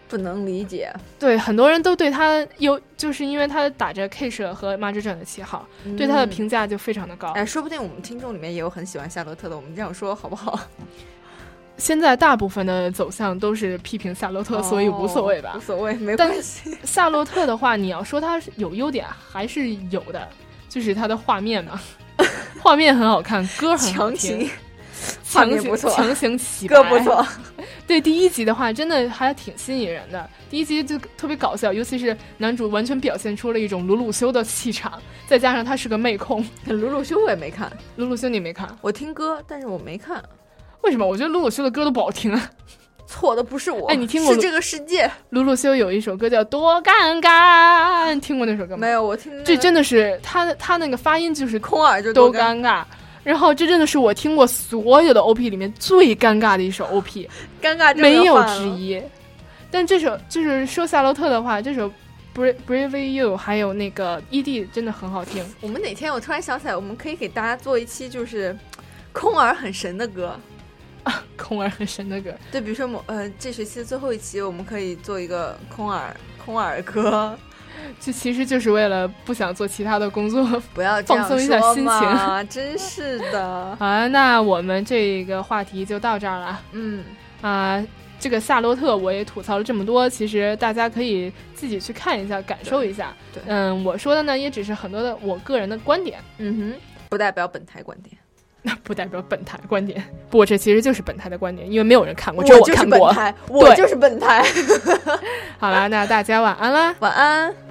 D: 不能理解。
C: 对，很多人都对他有，就是因为他打着 K 社和麻之准的旗号，对他的
D: 嗯
C: 评价就非常的高。
D: 哎，说不定我们听众里面也有很喜欢夏洛特的，我们这样说好不好？
C: 现在大部分的走向都是批评夏洛特， 所以无所谓吧
D: 无。所谓，没
C: 但
D: 关系。
C: 夏洛特的话，你要说他是有优点还是有的，就是他的画面 嘛，画面很好看，歌很好
D: 强
C: 听
D: 行，，画
C: 强
D: 面
C: 行
D: 不错
C: 强行洗白
D: 歌不 错。
C: 对第一集的话，真的还挺吸引人的。第一集就特别搞笑，尤其是男主完全表现出了一种鲁鲁修的气场，再加上他是个妹控。
D: 鲁鲁修我也没看，
C: 鲁鲁修你没看？
D: 我听歌，但是我没看。
C: 为什么？我觉得鲁鲁修的歌都不好听啊。
D: 错的不是我，
C: 哎你听过
D: 是这个世界？
C: 鲁鲁修有一首歌叫《多尴尬》，你听过那首歌吗？
D: 没有，我听那个
C: 这真的是他他那个发音就是
D: 空耳就
C: 都
D: 多尴
C: 尴尬。然后这真的是我听过所有的 OP 里面最尴尬的一首 OP，
D: 尴尬症
C: 没
D: 要
C: 有
D: 犯
C: 之
D: 了。
C: 一。但这首就是说夏洛特的话，这首《Brave Brave You》还有那个 ED 真的很好听。
D: 我们哪天我突然想起来，我们可以给大家做一期就是空耳很神的歌。
C: 空耳很深的歌，
D: 对，比如说某呃这学期的最后一期，我们可以做一个空耳空耳歌，
C: 这其实就是为了不想做其他的工作
D: 不要这样
C: 放松一下
D: 说
C: 心
D: 嘛，真是的。
C: 啊。那我们这个话题就到这儿了
D: 嗯，
C: 啊。这个夏洛特我也吐槽了这么多，其实大家可以自己去看一下，感受一下。
D: 对对
C: 嗯，我说的呢也只是很多的我个人的观点，
D: 嗯哼，不代表本台观点，
C: 那不代表本台观点。不，我这其实就是本台的观点，因为没有人看过，只有
D: 我
C: 我
D: 就是
C: 看
D: 本
C: 过。
D: 台，我
C: 对
D: 就是本台。
C: 好啦，那大家晚安啦。
D: 晚安。
E: 「